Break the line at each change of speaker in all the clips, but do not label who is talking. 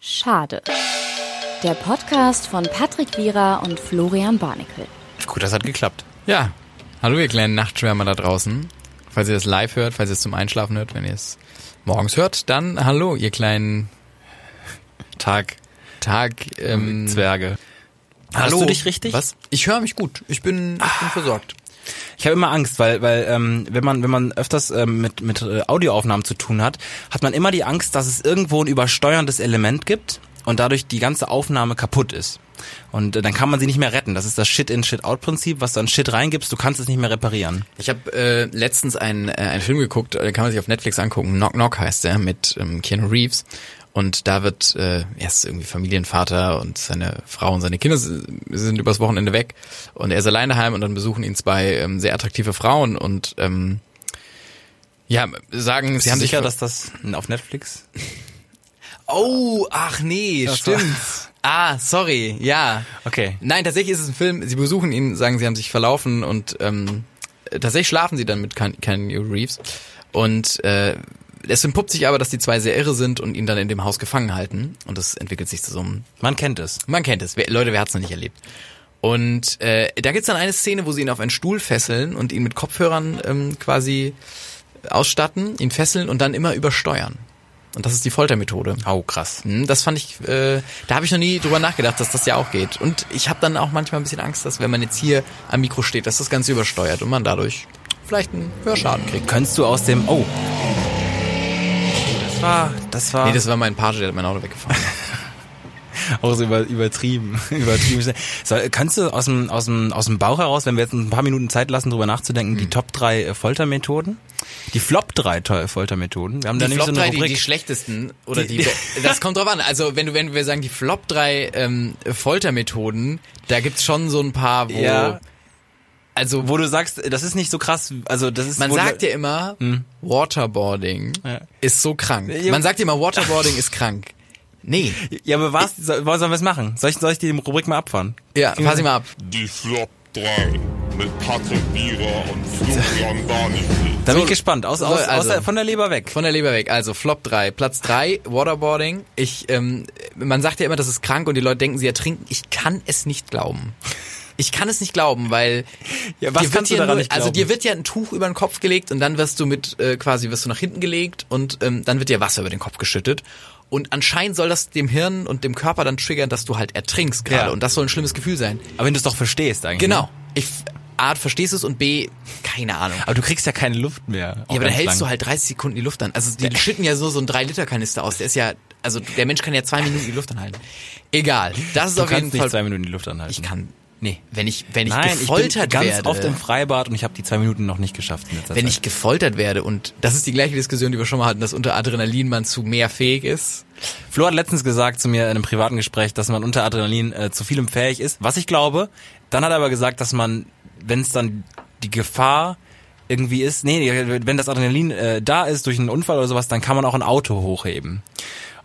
Schade. Der Podcast von Patrick Wierer und Florian Barnikel.
Gut, das hat geklappt.
Ja, hallo ihr kleinen Nachtschwärmer da draußen. Falls ihr das live hört, falls ihr es zum Einschlafen hört, wenn ihr es morgens hört, dann hallo ihr kleinen
Tag.
Tag. Ähm,
Zwerge.
hallo.
Hörst du dich richtig? Ah.
Was? Ich höre mich gut. Ich bin, ich bin versorgt.
Ich habe immer Angst, weil, weil ähm, wenn man wenn man öfters ähm, mit mit äh, Audioaufnahmen zu tun hat, hat man immer die Angst, dass es irgendwo ein übersteuerndes Element gibt und dadurch die ganze Aufnahme kaputt ist. Und äh, dann kann man sie nicht mehr retten. Das ist das Shit-in-Shit-out-Prinzip, was du an Shit reingibst, du kannst es nicht mehr reparieren.
Ich habe äh, letztens einen, äh, einen Film geguckt, äh, kann man sich auf Netflix angucken. Knock Knock heißt der mit ähm, Keanu Reeves. Und da wird äh, er ist irgendwie Familienvater und seine Frau und seine Kinder s- sind übers Wochenende weg und er ist allein daheim und dann besuchen ihn zwei ähm, sehr attraktive Frauen und ähm, ja sagen sie haben sich
sicher,
ver-
dass das auf Netflix?
oh ach nee
Das war-
stimmt ah sorry ja
Okay.
Nein, tatsächlich ist es ein Film. Sie besuchen ihn, sagen, sie haben sich verlaufen und ähm, tatsächlich schlafen sie dann mit Can- Keanu Reeves. Und äh, es entpuppt sich aber, dass die zwei sehr irre sind und ihn dann in dem Haus gefangen halten. Und das entwickelt sich zu so einem
Man kennt es.
man kennt es. Wer, Leute, wer hat's noch nicht erlebt? Und äh, da gibt's dann eine Szene, wo sie ihn auf einen Stuhl fesseln und ihn mit Kopfhörern ähm, quasi ausstatten, ihn fesseln und dann immer übersteuern. Und das ist die Foltermethode.
Oh, krass.
Hm, Das fand ich, äh, da habe ich noch nie drüber nachgedacht, dass das ja auch geht. Und ich habe dann auch manchmal ein bisschen Angst, dass wenn man jetzt hier am Mikro steht, dass das Ganze übersteuert und man dadurch vielleicht einen Hörschaden kriegt.
Könntest du aus dem Oh. Das war das war
Nee, das war mein Page, der hat mein Auto weggefahren.
auch so über, übertrieben, übertrieben. schnell. So, kannst du aus dem aus dem aus dem Bauch heraus, wenn wir jetzt ein paar Minuten Zeit lassen, drüber nachzudenken,
Hm.
die Top 3 äh, Foltermethoden? Die Flop 3 toll- Foltermethoden. Wir haben da
die
nämlich
Flop
so eine
3, die,
Rubrik.
die schlechtesten oder
Die-
die, das kommt drauf an. Also wenn du, wenn wir sagen, die Flop 3 ähm, Foltermethoden, da gibt's schon so ein paar, wo
Ja.
also
wo du sagst, äh, das ist nicht so krass, also das ist
man
wo
sagt
du,
ja immer, Waterboarding
Ja.
ist so krank.
Ja.
Man sagt ja immer, Waterboarding ist krank. Nee.
ja, aber was soll, wollen wir es machen? Soll ich soll ich die Rubrik mal abfahren?
Ja, pass ich mal ab.
Die Flop 3 mit Patrick Bierer und Florian Barnickel.
Da bin
So,
ich gespannt. Aus, aus,
soll-
aus
also-
der, von der Leber weg.
Von der Leber weg, also Flop 3. Platz 3, Waterboarding. Ich, ähm, man sagt ja immer, das ist krank und die Leute denken, sie ertrinken. Ich kann es nicht glauben. Ich kann es nicht glauben, weil
Ja, was
dir wird
kannst du
ja
daran
nur,
nicht
also
glauben?
dir wird ja ein Tuch über den Kopf gelegt und dann wirst du mit äh, quasi wirst du nach hinten gelegt und ähm, dann wird dir Wasser über den Kopf geschüttet und anscheinend soll das dem Hirn und dem Körper dann triggern, dass du halt ertrinkst gerade
Ja. Mhm.
und das soll ein schlimmes Gefühl sein.
aber wenn du es doch verstehst eigentlich. ne?
Genau. Ich A, verstehst du es und B, keine Ahnung.
Aber du kriegst ja keine Luft mehr.
Ja, aber dann hältst du halt 30 Sekunden die Luft an. Also die schütten ja so so einen 3-Liter-Kanister aus. Der ist ja, also der Mensch kann ja zwei Minuten die Luft anhalten. Egal. Das ist
du
auf jeden
kannst nicht zwei
Fall.
Minuten die Luft anhalten.
Ich kann.
Nee.
Wenn ich, wenn ich
Nein, ich bin
gefoltert
ganz
werde.
oft im Freibad und ich habe die zwei Minuten noch nicht geschafft. In letzter
wenn
Zeit.
ich gefoltert werde und das ist die gleiche Diskussion, die wir schon mal hatten, dass unter Adrenalin man zu mehr fähig ist.
Flo hat letztens gesagt zu mir in einem privaten Gespräch, dass man unter Adrenalin äh, zu vielem fähig ist, was ich glaube. Dann hat er aber gesagt, dass man, wenn es dann die Gefahr irgendwie ist, nee, wenn das Adrenalin äh, da ist durch einen Unfall oder sowas, dann kann man auch ein Auto hochheben.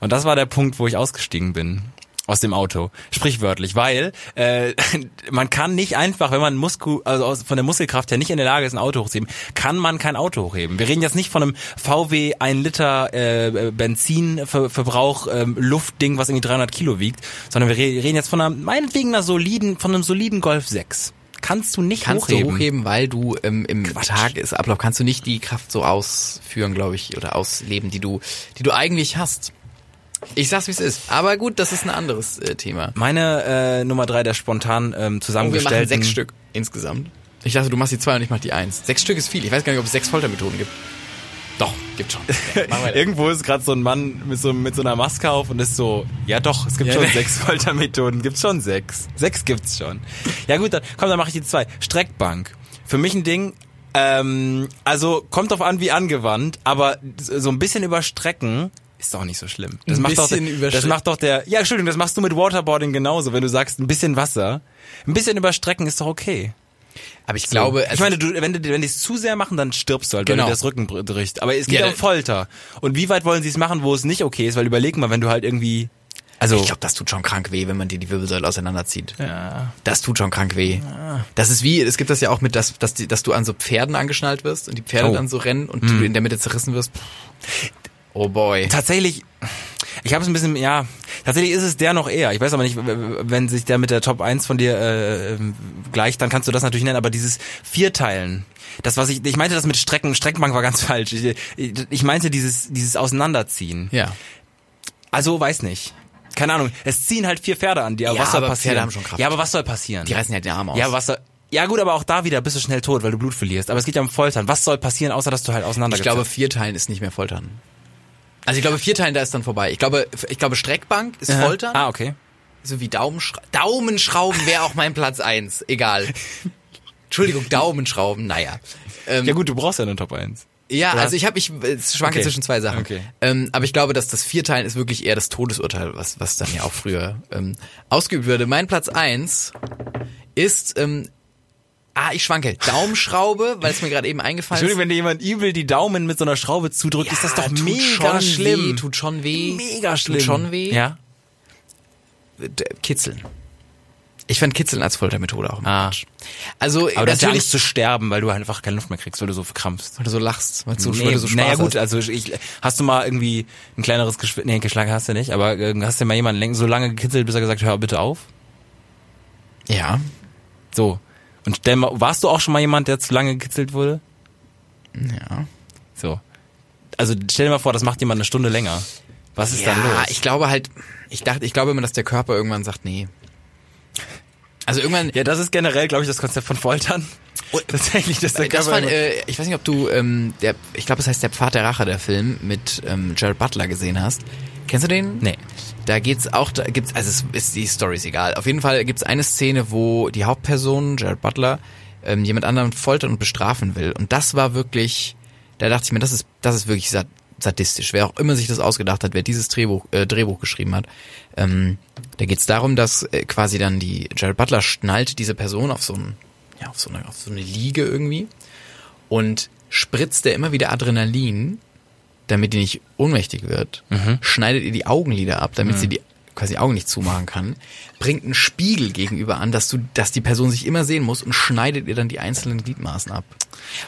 Und das war der Punkt, wo ich ausgestiegen bin aus dem Auto, sprichwörtlich, weil äh, man kann nicht einfach, wenn man Musku, also aus, von der Muskelkraft her nicht in der Lage ist, ein Auto hochzuheben, kann man kein Auto hochheben. Wir reden jetzt nicht von einem VW 1 Liter äh, Benzinverbrauch ähm, Luftding, was irgendwie 300 Kilo wiegt, sondern wir re- reden jetzt von einer meinetwegen einer soliden, von einem soliden Golf 6. Kannst du nicht
Kannst
hochheben.
du hochheben, weil du ähm, im Tag ist Ablauf, kannst du nicht die Kraft so ausführen, glaube ich, oder ausleben, die du, die du eigentlich hast. Ich sag's, wie es ist. Aber gut, das ist ein anderes äh, Thema.
Meine äh, Nummer drei der spontan ähm,
Und Oh, wir machen
zusammengestellten.
sechs Stück insgesamt. Ich dachte, du machst die zwei und ich mach die eins. Sechs Stück ist viel. Ich weiß gar nicht, ob es sechs Foltermethoden gibt. Doch, gibt schon. Okay, machen wir
Irgendwo ist gerade so ein Mann mit so, mit so einer Maske auf und ist so, ja doch, es gibt
Ja,
schon
ne?
sechs Foltermethoden, gibt schon sechs. Sechs gibt's schon. Ja gut, dann komm, dann mache ich die zwei. Streckbank. Für mich ein Ding, ähm, also kommt drauf an, wie angewandt, aber so ein bisschen überstrecken ist doch nicht so schlimm. Das
Ein
macht doch,
bisschen
der- das
überstrecken.
macht doch der, ja Entschuldigung, das machst du mit Waterboarding genauso, wenn du sagst, ein bisschen Wasser. Ein bisschen überstrecken ist doch okay.
Aber ich glaube,
ich meine, du, wenn, du- wenn die es zu sehr machen, dann stirbst du halt,
Genau.
weil dir das Rücken br- bricht. Aber es geht
Ja,
um
da-
Folter. Und wie weit wollen sie es machen, wo es nicht okay ist? Weil überleg mal, wenn du halt irgendwie, also,
ich glaube, das tut schon krank weh, wenn man dir die Wirbelsäule auseinanderzieht.
ja.
Das tut schon krank weh. Das ist wie, es gibt das ja auch mit, dass, dass, die, dass du an so Pferden angeschnallt wirst und die Pferde
Oh.
dann so rennen und du in der Mitte zerrissen wirst. Oh boy.
tatsächlich, Ich habe es ein bisschen, ja, tatsächlich ist es der noch eher. Ich weiß aber nicht, w- w- wenn sich der mit der Top 1 von dir äh, ähm, gleicht, dann kannst du das natürlich nennen, aber dieses Vierteilen, das was ich, ich meinte das mit Strecken, Streckenbank war ganz falsch. Ich, ich, ich meinte dieses, dieses Auseinanderziehen.
Ja.
Also, weiß nicht. Keine Ahnung, es ziehen halt vier Pferde an dir, aber
Ja,
was soll
aber Pferde
passieren?
haben schon Kraft.
Ja, aber was soll passieren?
Die reißen ja den Arm aus.
Ja, aber was soll, ja gut, aber auch da wieder bist du schnell tot, weil du Blut verlierst. Aber es geht ja um Foltern. Was soll passieren, außer dass du halt auseinander
ich glaube, vier Teilen ist nicht mehr Foltern. Also ich glaube, vier Teilen, da ist dann vorbei. Ich glaube, ich glaube Streckbank ist Foltern.
Ah, okay.
So wie Daumenschra Daumenschrauben wäre auch mein Platz eins. Egal. Entschuldigung, Daumenschrauben, naja. Ähm,
Ja gut, du brauchst ja eine Top 1. Du
Ja, also
hast-
ich habe ich es schwanke
Okay.
zwischen zwei Sachen.
Okay.
Ähm, aber ich glaube, dass das Vierteilen ist wirklich eher das Todesurteil, was was dann ja auch früher ähm, ausgeübt würde. Mein Platz eins ist ähm, ah, ich schwanke. Daumenschraube, weil es mir gerade eben eingefallen ist.
Entschuldigung, wenn dir jemand übel die Daumen mit so einer Schraube zudrückt, ist das doch
tut
mega
schon Weh,
schlimm.
tut schon weh.
mega schlimm.
Tut schon weh. Äh,
Ja.
D- Kitzeln. Ich fand Kitzeln als Foltermethode auch immer
Ah.
Quatsch.
Aber
Also
du hast ja
natürlich,
Angst zu sterben, weil du halt einfach keine Luft mehr kriegst, weil du so verkrampfst.
weil du so lachst, weil du, so-
Nee,
weil du so Spaß
naja
hast.
gut, also ich, hast du mal irgendwie ein kleineres Geschw nee, geschlagen hast du nicht, aber äh, hast du mal jemanden lenken, so lange gekitzelt, bis er gesagt, hör bitte auf?
Ja,
So. Und stell mal, warst du auch schon mal jemand, der zu lange gekitzelt wurde?
ja.
So. Also stell dir mal vor, das macht jemand eine Stunde länger. Was ist dann
Ja,
los?
ich glaube halt, ich dachte, ich glaube immer, dass der Körper irgendwann sagt, nee. Also irgendwann,
ja, das ist generell, glaube ich, das Konzept von Foltern. Tatsächlich, dass der
Oh, das
Körper
war, äh, ich weiß nicht, ob du, ähm, der, ich glaube, es heißt der Pfad der Rache, der Film mit ähm, Jared Butler gesehen hast. Kennst du den?
Nee.
Da geht's auch, da gibt's, also es ist die Story ist egal. Auf jeden Fall gibt's eine Szene, wo die Hauptperson, Jared Butler, ähm, jemand anderen foltern und bestrafen will. Und das war wirklich, da dachte ich mir, das ist, das ist wirklich sad sadistisch. Wer auch immer sich das ausgedacht hat, wer dieses Drehbuch, äh, Drehbuch geschrieben hat, ähm, da geht's darum, dass äh, quasi dann die Jared Butler schnallt diese Person auf so einen, ja, auf so eine, auf so eine Liege irgendwie und spritzt der immer wieder Adrenalin, damit die nicht ohnmächtig wird,
Mhm.
schneidet ihr die Augenlider ab, damit sie die quasi Augen nicht zumachen kann, bringt einen Spiegel gegenüber an, dass du, dass die Person sich immer sehen muss und schneidet ihr dann die einzelnen Gliedmaßen ab.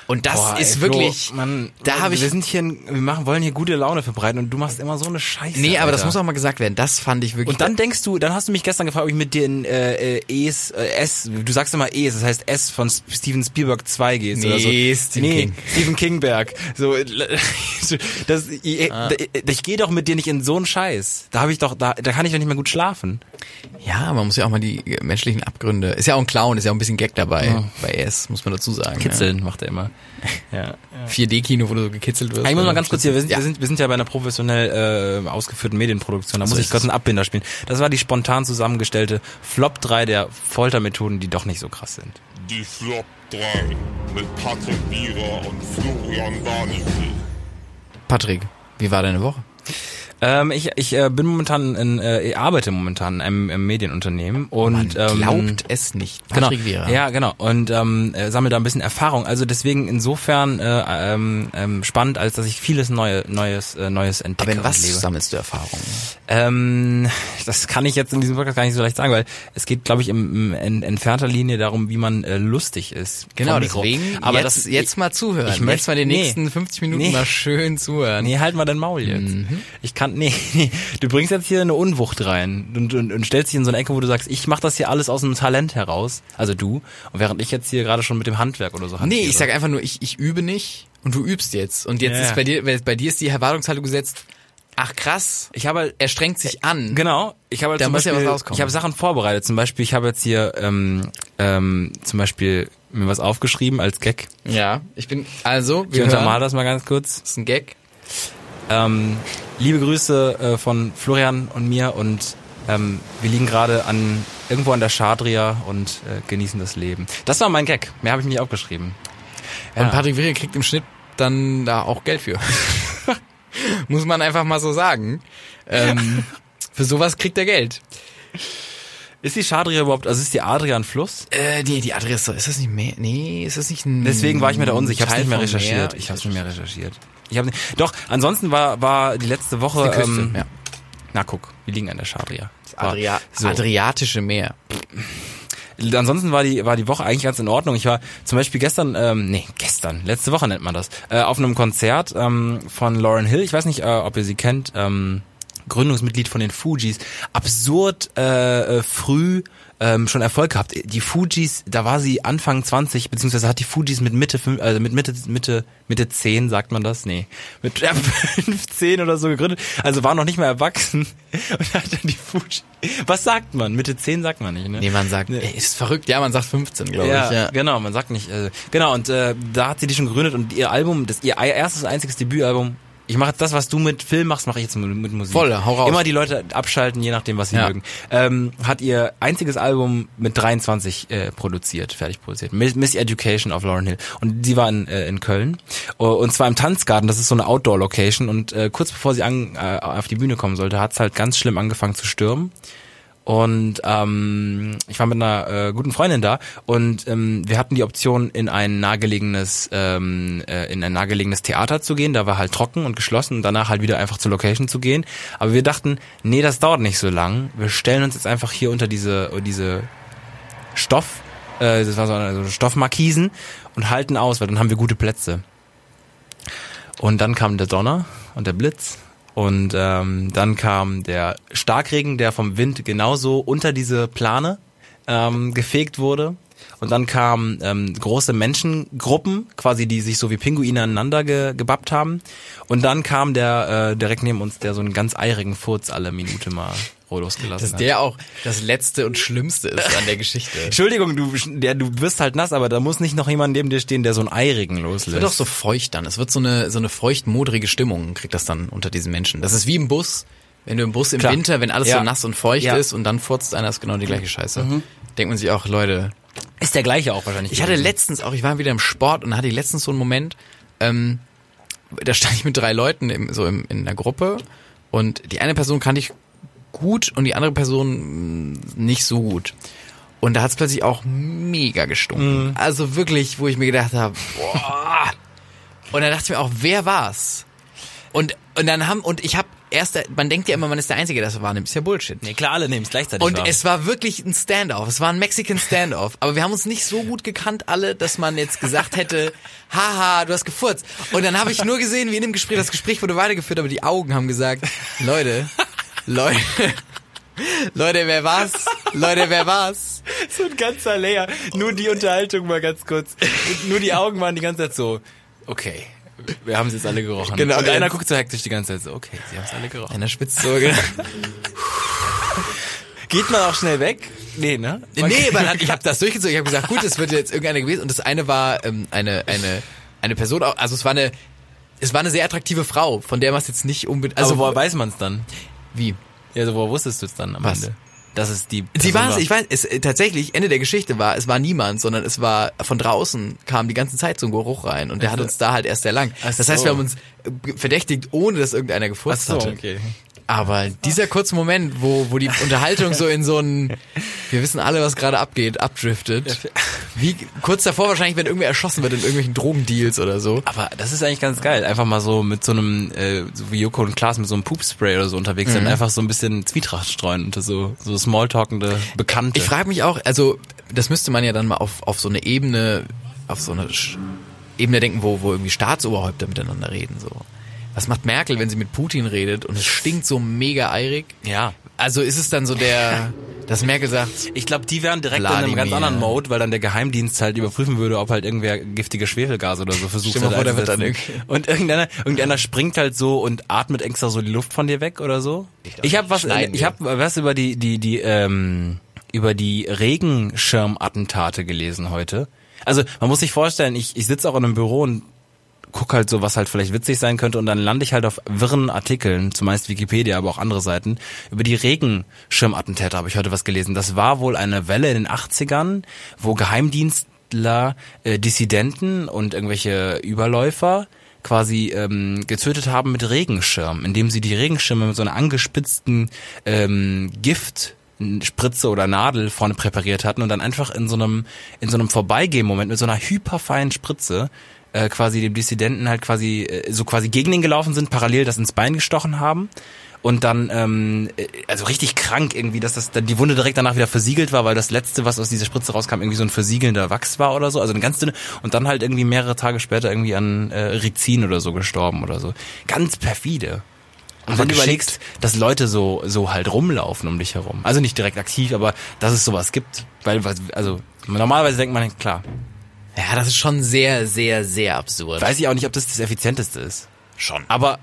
Und das
Boah, ey,
ist
Flo,
wirklich,
Mann,
da habe ich,
Wir sind hier, wir machen, wollen hier gute Laune verbreiten und du machst immer so eine Scheiße.
nee, aber das
Alter.
muss auch mal gesagt werden. Das fand ich wirklich.
Und dann denkst du, dann hast du mich gestern gefragt, ob ich mit den äh, äh, E's, äh, S, du sagst immer E's, das heißt S von Sp- Steven Spielberg 2 geht
Nee,
oder so.
Stephen King.
Stephen Kingberg. So, äh, das, ich,
Ah.
ich, ich gehe doch mit dir nicht in so einen Scheiß. Da habe ich doch, da, da kann ich doch nicht mehr gut schlafen.
ja, man muss ja auch mal die äh, menschlichen Abgründe. Ist ja auch ein Clown, ist ja auch ein bisschen Gag dabei bei ES, muss man dazu sagen.
macht er immer. Ja.
Ja. 4D-Kino, wo du so gekitzelt wirst. Also,
Ich muss mal ganz kurz hier, wir sind,
Ja.
wir sind, wir sind ja bei einer professionell äh, ausgeführten Medienproduktion, da muss
ist
ich kurz
es.
einen Abbinder spielen. Das war die spontan zusammengestellte Flop 3 der Foltermethoden, die doch nicht so krass sind.
Die Flop 3 mit Patrick Bierer und Florian Warnecke.
Patrick, wie war deine Woche?
Ähm, ich ich äh, bin momentan in, äh, ich arbeite momentan in einem, einem Medienunternehmen und
Man
ähm,
glaubt es nicht.
genau,
Patrick Vera.
ja genau und ähm, äh, sammle da ein bisschen Erfahrung. Also deswegen insofern äh, ähm, ähm, spannend, als dass ich vieles neue, neues äh, neues entdecke
Aber in was
und lebe.
sammelst du Erfahrungen?
Ähm, das kann ich jetzt in diesem Podcast gar nicht so leicht sagen, weil es geht, glaube ich, im, im, in entfernter Linie darum, wie man äh, lustig ist.
Genau,
Vom Mikro.
deswegen
Aber
jetzt,
das,
jetzt mal zuhören.
ich möchte-
jetzt mal die
nee.
nächsten 50 Minuten
Nee.
mal schön zuhören.
Nee, halt mal dein Maul jetzt.
Mhm.
Ich kann, nee, nee, du bringst jetzt hier eine Unwucht rein und, und, und stellst dich in so eine Ecke, wo du sagst, ich mach das hier alles aus dem Talent heraus, also du, und während ich jetzt hier gerade schon mit dem Handwerk oder so
Nee,
hantiere.
ich sag einfach nur, ich, ich übe nicht und du übst jetzt. Und jetzt
Ja.
ist bei dir, weil bei dir ist die Erwartungshaltung gesetzt, ach krass,
ich habe halt-
er strengt sich an.
Genau. Ich habe halt
Da
zum
muss ja
Beispiel,
was rauskommen.
ich habe Sachen vorbereitet. Zum Beispiel, ich habe jetzt hier ähm, ähm, zum Beispiel mir was aufgeschrieben als Gag.
Ja, ich bin, also,
Ich
wir
untermal
hören,
das mal ganz kurz.
das ist ein Gag.
Ähm, liebe Grüße äh, von Florian und mir und ähm, wir liegen gerade an irgendwo an der Schadria und äh, genießen das Leben. Das war mein Gag. Mehr habe ich mir nicht aufgeschrieben. Ja.
Und Patrick Vera kriegt im Schnitt dann da auch Geld für. Muss man einfach mal so sagen. Ähm, für sowas kriegt er Geld.
Ist die Schadria überhaupt, also ist die Adria ein Fluss?
Äh, nee, die Adresse. Ist das nicht mehr? Nee, ist das nicht ein.
Deswegen war ich mir da unsicher. Ich habe
Teil
nicht mehr
vom
recherchiert.
Meer?
Ich habe nicht mehr recherchiert. Ich hab, nicht- doch, ansonsten war, war die letzte Woche...
Die Küste,
ähm,
ja.
Na guck, wir liegen an der Schadria. Das war-
Adria
so.
Adriatische Meer.
Ansonsten war die war die Woche eigentlich ganz in Ordnung. Ich war zum Beispiel gestern, ähm, nee, gestern, letzte Woche nennt man das, äh, auf einem Konzert ähm, von Lauren Hill. Ich weiß nicht, äh, ob ihr sie kennt. Ähm, Gründungsmitglied von den Fujis, absurd äh, äh, früh ähm, schon Erfolg gehabt. Die Fujis, da war sie Anfang 20, beziehungsweise hat die Fujis mit Mitte, fünf- also mit Mitte, Mitte, Mitte 10, sagt man das? Nee. Mit ja, 15 oder so gegründet. Also war noch nicht mal erwachsen und hat dann die Fujis. Was sagt man? Mitte 10 sagt man nicht, ne?
Nee, man sagt, ey, ist verrückt. Ja, man sagt 15, glaube
ja,
ich. Ja.
genau, man sagt nicht. Äh, genau, und äh, da hat sie die schon gegründet und ihr Album, das ihr erstes und einziges Debütalbum, ich mache jetzt das, was du mit Film machst, mache ich jetzt mit, mit Musik.
Voll, hau raus.
Immer die Leute abschalten, je nachdem, was sie
Ja.
mögen. Ähm, hat ihr einziges Album mit 23 äh, produziert, fertig produziert. Miss, Miss Education of Lauren Hill. Und sie war in, äh, in Köln. Uh, Und zwar im Tanzgarten, das ist so eine Outdoor-Location. Und äh, kurz bevor sie an, äh, auf die Bühne kommen sollte, hat es halt ganz schlimm angefangen zu stürmen. Und ähm, ich war mit einer äh, guten Freundin da und ähm, wir hatten die Option, in ein nahegelegenes, ähm, äh, in ein nahegelegenes Theater zu gehen. Da war halt trocken und geschlossen und danach halt wieder einfach zur Location zu gehen. Aber wir dachten, nee, das dauert nicht so lang. Wir stellen uns jetzt einfach hier unter diese, diese Stoff, äh, das war so eine so Stoffmarkisen und halten aus, weil dann haben wir gute Plätze. Und dann kam der Donner und der Blitz und ähm, dann kam der Starkregen, der vom Wind genauso unter diese Plane ähm, gefegt wurde. Und dann kamen ähm, große Menschengruppen, quasi die sich so wie Pinguine aneinander ge gebappt haben. Und dann kam der äh, direkt neben uns, der so einen ganz eirigen Furz alle Minute mal losgelassen
Dass
hat.
der auch das letzte und schlimmste ist an der Geschichte. Es
Entschuldigung, du, der, du wirst halt nass, aber da muss nicht noch jemand neben dir stehen, der so einen Eirigen
wird
loslässt.
auch so feucht dann. Es wird so eine, so eine feucht-modrige Stimmung, kriegt das dann unter diesen Menschen. Das ist wie im Bus. Wenn du im Bus im
Klar.
Winter, wenn alles
Ja.
so nass und feucht
Ja. Mhm.
ist und dann furzt einer, ist genau die gleiche Scheiße. Denkt man sich auch, Leute,
ist der gleiche auch wahrscheinlich.
Ich hatte letztens auch, ich war wieder im Sport und hatte letztens so einen Moment, ähm, da stand ich mit drei Leuten im, so im, in einer Gruppe und die eine Person kannte ich gut und die andere Person mh, nicht so gut. Und da hat es plötzlich auch mega gestunken. Also wirklich, wo ich mir gedacht habe, boah. Und dann dachte ich mir auch, wer war's? Und, und dann haben, und ich habe erst, man denkt ja immer, man ist der Einzige, der das wahrnimmt. Ist ja Bullshit.
Nee, klar, alle nehmen es gleichzeitig
Und
wahr.
es war wirklich ein Standoff. Es war ein Mexican Standoff. Aber wir haben uns nicht so gut gekannt alle, dass man jetzt gesagt hätte, haha, du hast gefurzt. Und dann habe ich nur gesehen, wie in dem Gespräch, das Gespräch wurde weitergeführt, aber die Augen haben gesagt, Leute, Leute, Leute, wer war's? Leute, wer war's?
so ein ganzer Layer. Nur die Unterhaltung mal ganz kurz. Nur die Augen waren die ganze Zeit so, okay, wir haben sie jetzt alle gerochen.
Genau.
Und einer guckt so hektisch die ganze Zeit so, okay, sie haben es alle gerochen.
Einer spitzt so. genau.
Geht man auch schnell weg? Nee, ne?
Nee, man hat, ich habe das durchgezogen. Ich habe gesagt, gut, es wird jetzt irgendeine gewesen. Und das eine war ähm, eine eine eine Person, auch- also es war eine es war eine sehr attraktive Frau, von der man es jetzt nicht unbedingt.
Also,
Also
woher weiß man es dann?
wie?
Ja, also, woher wusstest du es dann am
Was?
Ende? Das ist die.
Sie
Person
war es, ich weiß, es, äh, tatsächlich, Ende der Geschichte war, es war niemand, sondern es war, von draußen kam die ganze Zeit so ein Geruch rein und der hat uns da halt erst erlangt.
Also Ach
Das heißt, wir
so.
haben uns äh, verdächtigt, ohne dass irgendeiner
Ach
gefurzt
so,
hatte.
okay.
Aber dieser kurze Moment, wo, wo die Unterhaltung so in so einen, wir wissen alle, was gerade abgeht, abdriftet. Wie, kurz davor wahrscheinlich, wenn irgendwer erschossen wird in irgendwelchen Drogendeals oder so.
Aber das ist eigentlich ganz geil. Einfach mal so mit so einem, äh, so wie Joko und Klaas mit so einem Poopspray oder so unterwegs sind. Einfach so ein bisschen Zwietracht streuen unter so, so smalltalkende Bekannte.
Ich frage mich auch, also das müsste man ja dann mal auf, auf so eine Ebene, auf so eine Sch Ebene denken, wo, wo irgendwie Staatsoberhäupter miteinander reden. So. Was macht Merkel, wenn sie mit Putin redet und es stinkt so mega eirig?
ja.
Also ist es dann so der, dass Merkel sagt,
Ich glaube, die wären direkt in einem
Wladimir.
ganz anderen Mode, weil dann der Geheimdienst halt überprüfen würde, ob halt irgendwer giftige Schwefelgase oder so versucht
Stell dir
hat.
mal vor, der wird dann
einzusetzen. Und irgendeiner, irgendeiner springt halt so und atmet extra so die Luft von dir weg oder so. Ich habe was,
schneiden
ich
wir.
habe was über die die die ähm, über die Regenschirmattentate gelesen heute. Also man muss sich vorstellen, ich ich sitze auch in einem Büro und guck halt so, was halt vielleicht witzig sein könnte und dann lande ich halt auf wirren Artikeln, zumeist Wikipedia, aber auch andere Seiten, über die Regenschirmattentäter habe ich heute was gelesen. Das war wohl eine Welle in den 80ern, wo Geheimdienstler, äh, Dissidenten und irgendwelche Überläufer quasi ähm, getötet haben mit Regenschirm, indem sie die Regenschirme mit so einer angespitzten ähm, Gift Spritze oder Nadel vorne präpariert hatten und dann einfach in so einem in so einem Vorbeigehen-Moment mit so einer hyperfeinen Spritze äh, quasi dem Dissidenten halt quasi äh, so quasi gegen ihn gelaufen sind, parallel das ins Bein gestochen haben und dann ähm, äh, also richtig krank irgendwie, dass das dann die Wunde direkt danach wieder versiegelt war, weil das letzte, was aus dieser Spritze rauskam, irgendwie so ein versiegelnder Wachs war oder so, also eine ganz dünne und dann halt irgendwie mehrere Tage später irgendwie an äh, Rizin oder so gestorben oder so, ganz perfide. Und wenn du
geschickt.
überlegst, dass Leute so, so halt rumlaufen um dich herum. Also nicht direkt aktiv, aber dass es sowas gibt. Weil, was- also, normalerweise denkt man, klar.
Ja, das ist schon sehr, sehr, sehr absurd.
Weiß ich auch nicht, ob das das Effizienteste ist.
schon.
Aber,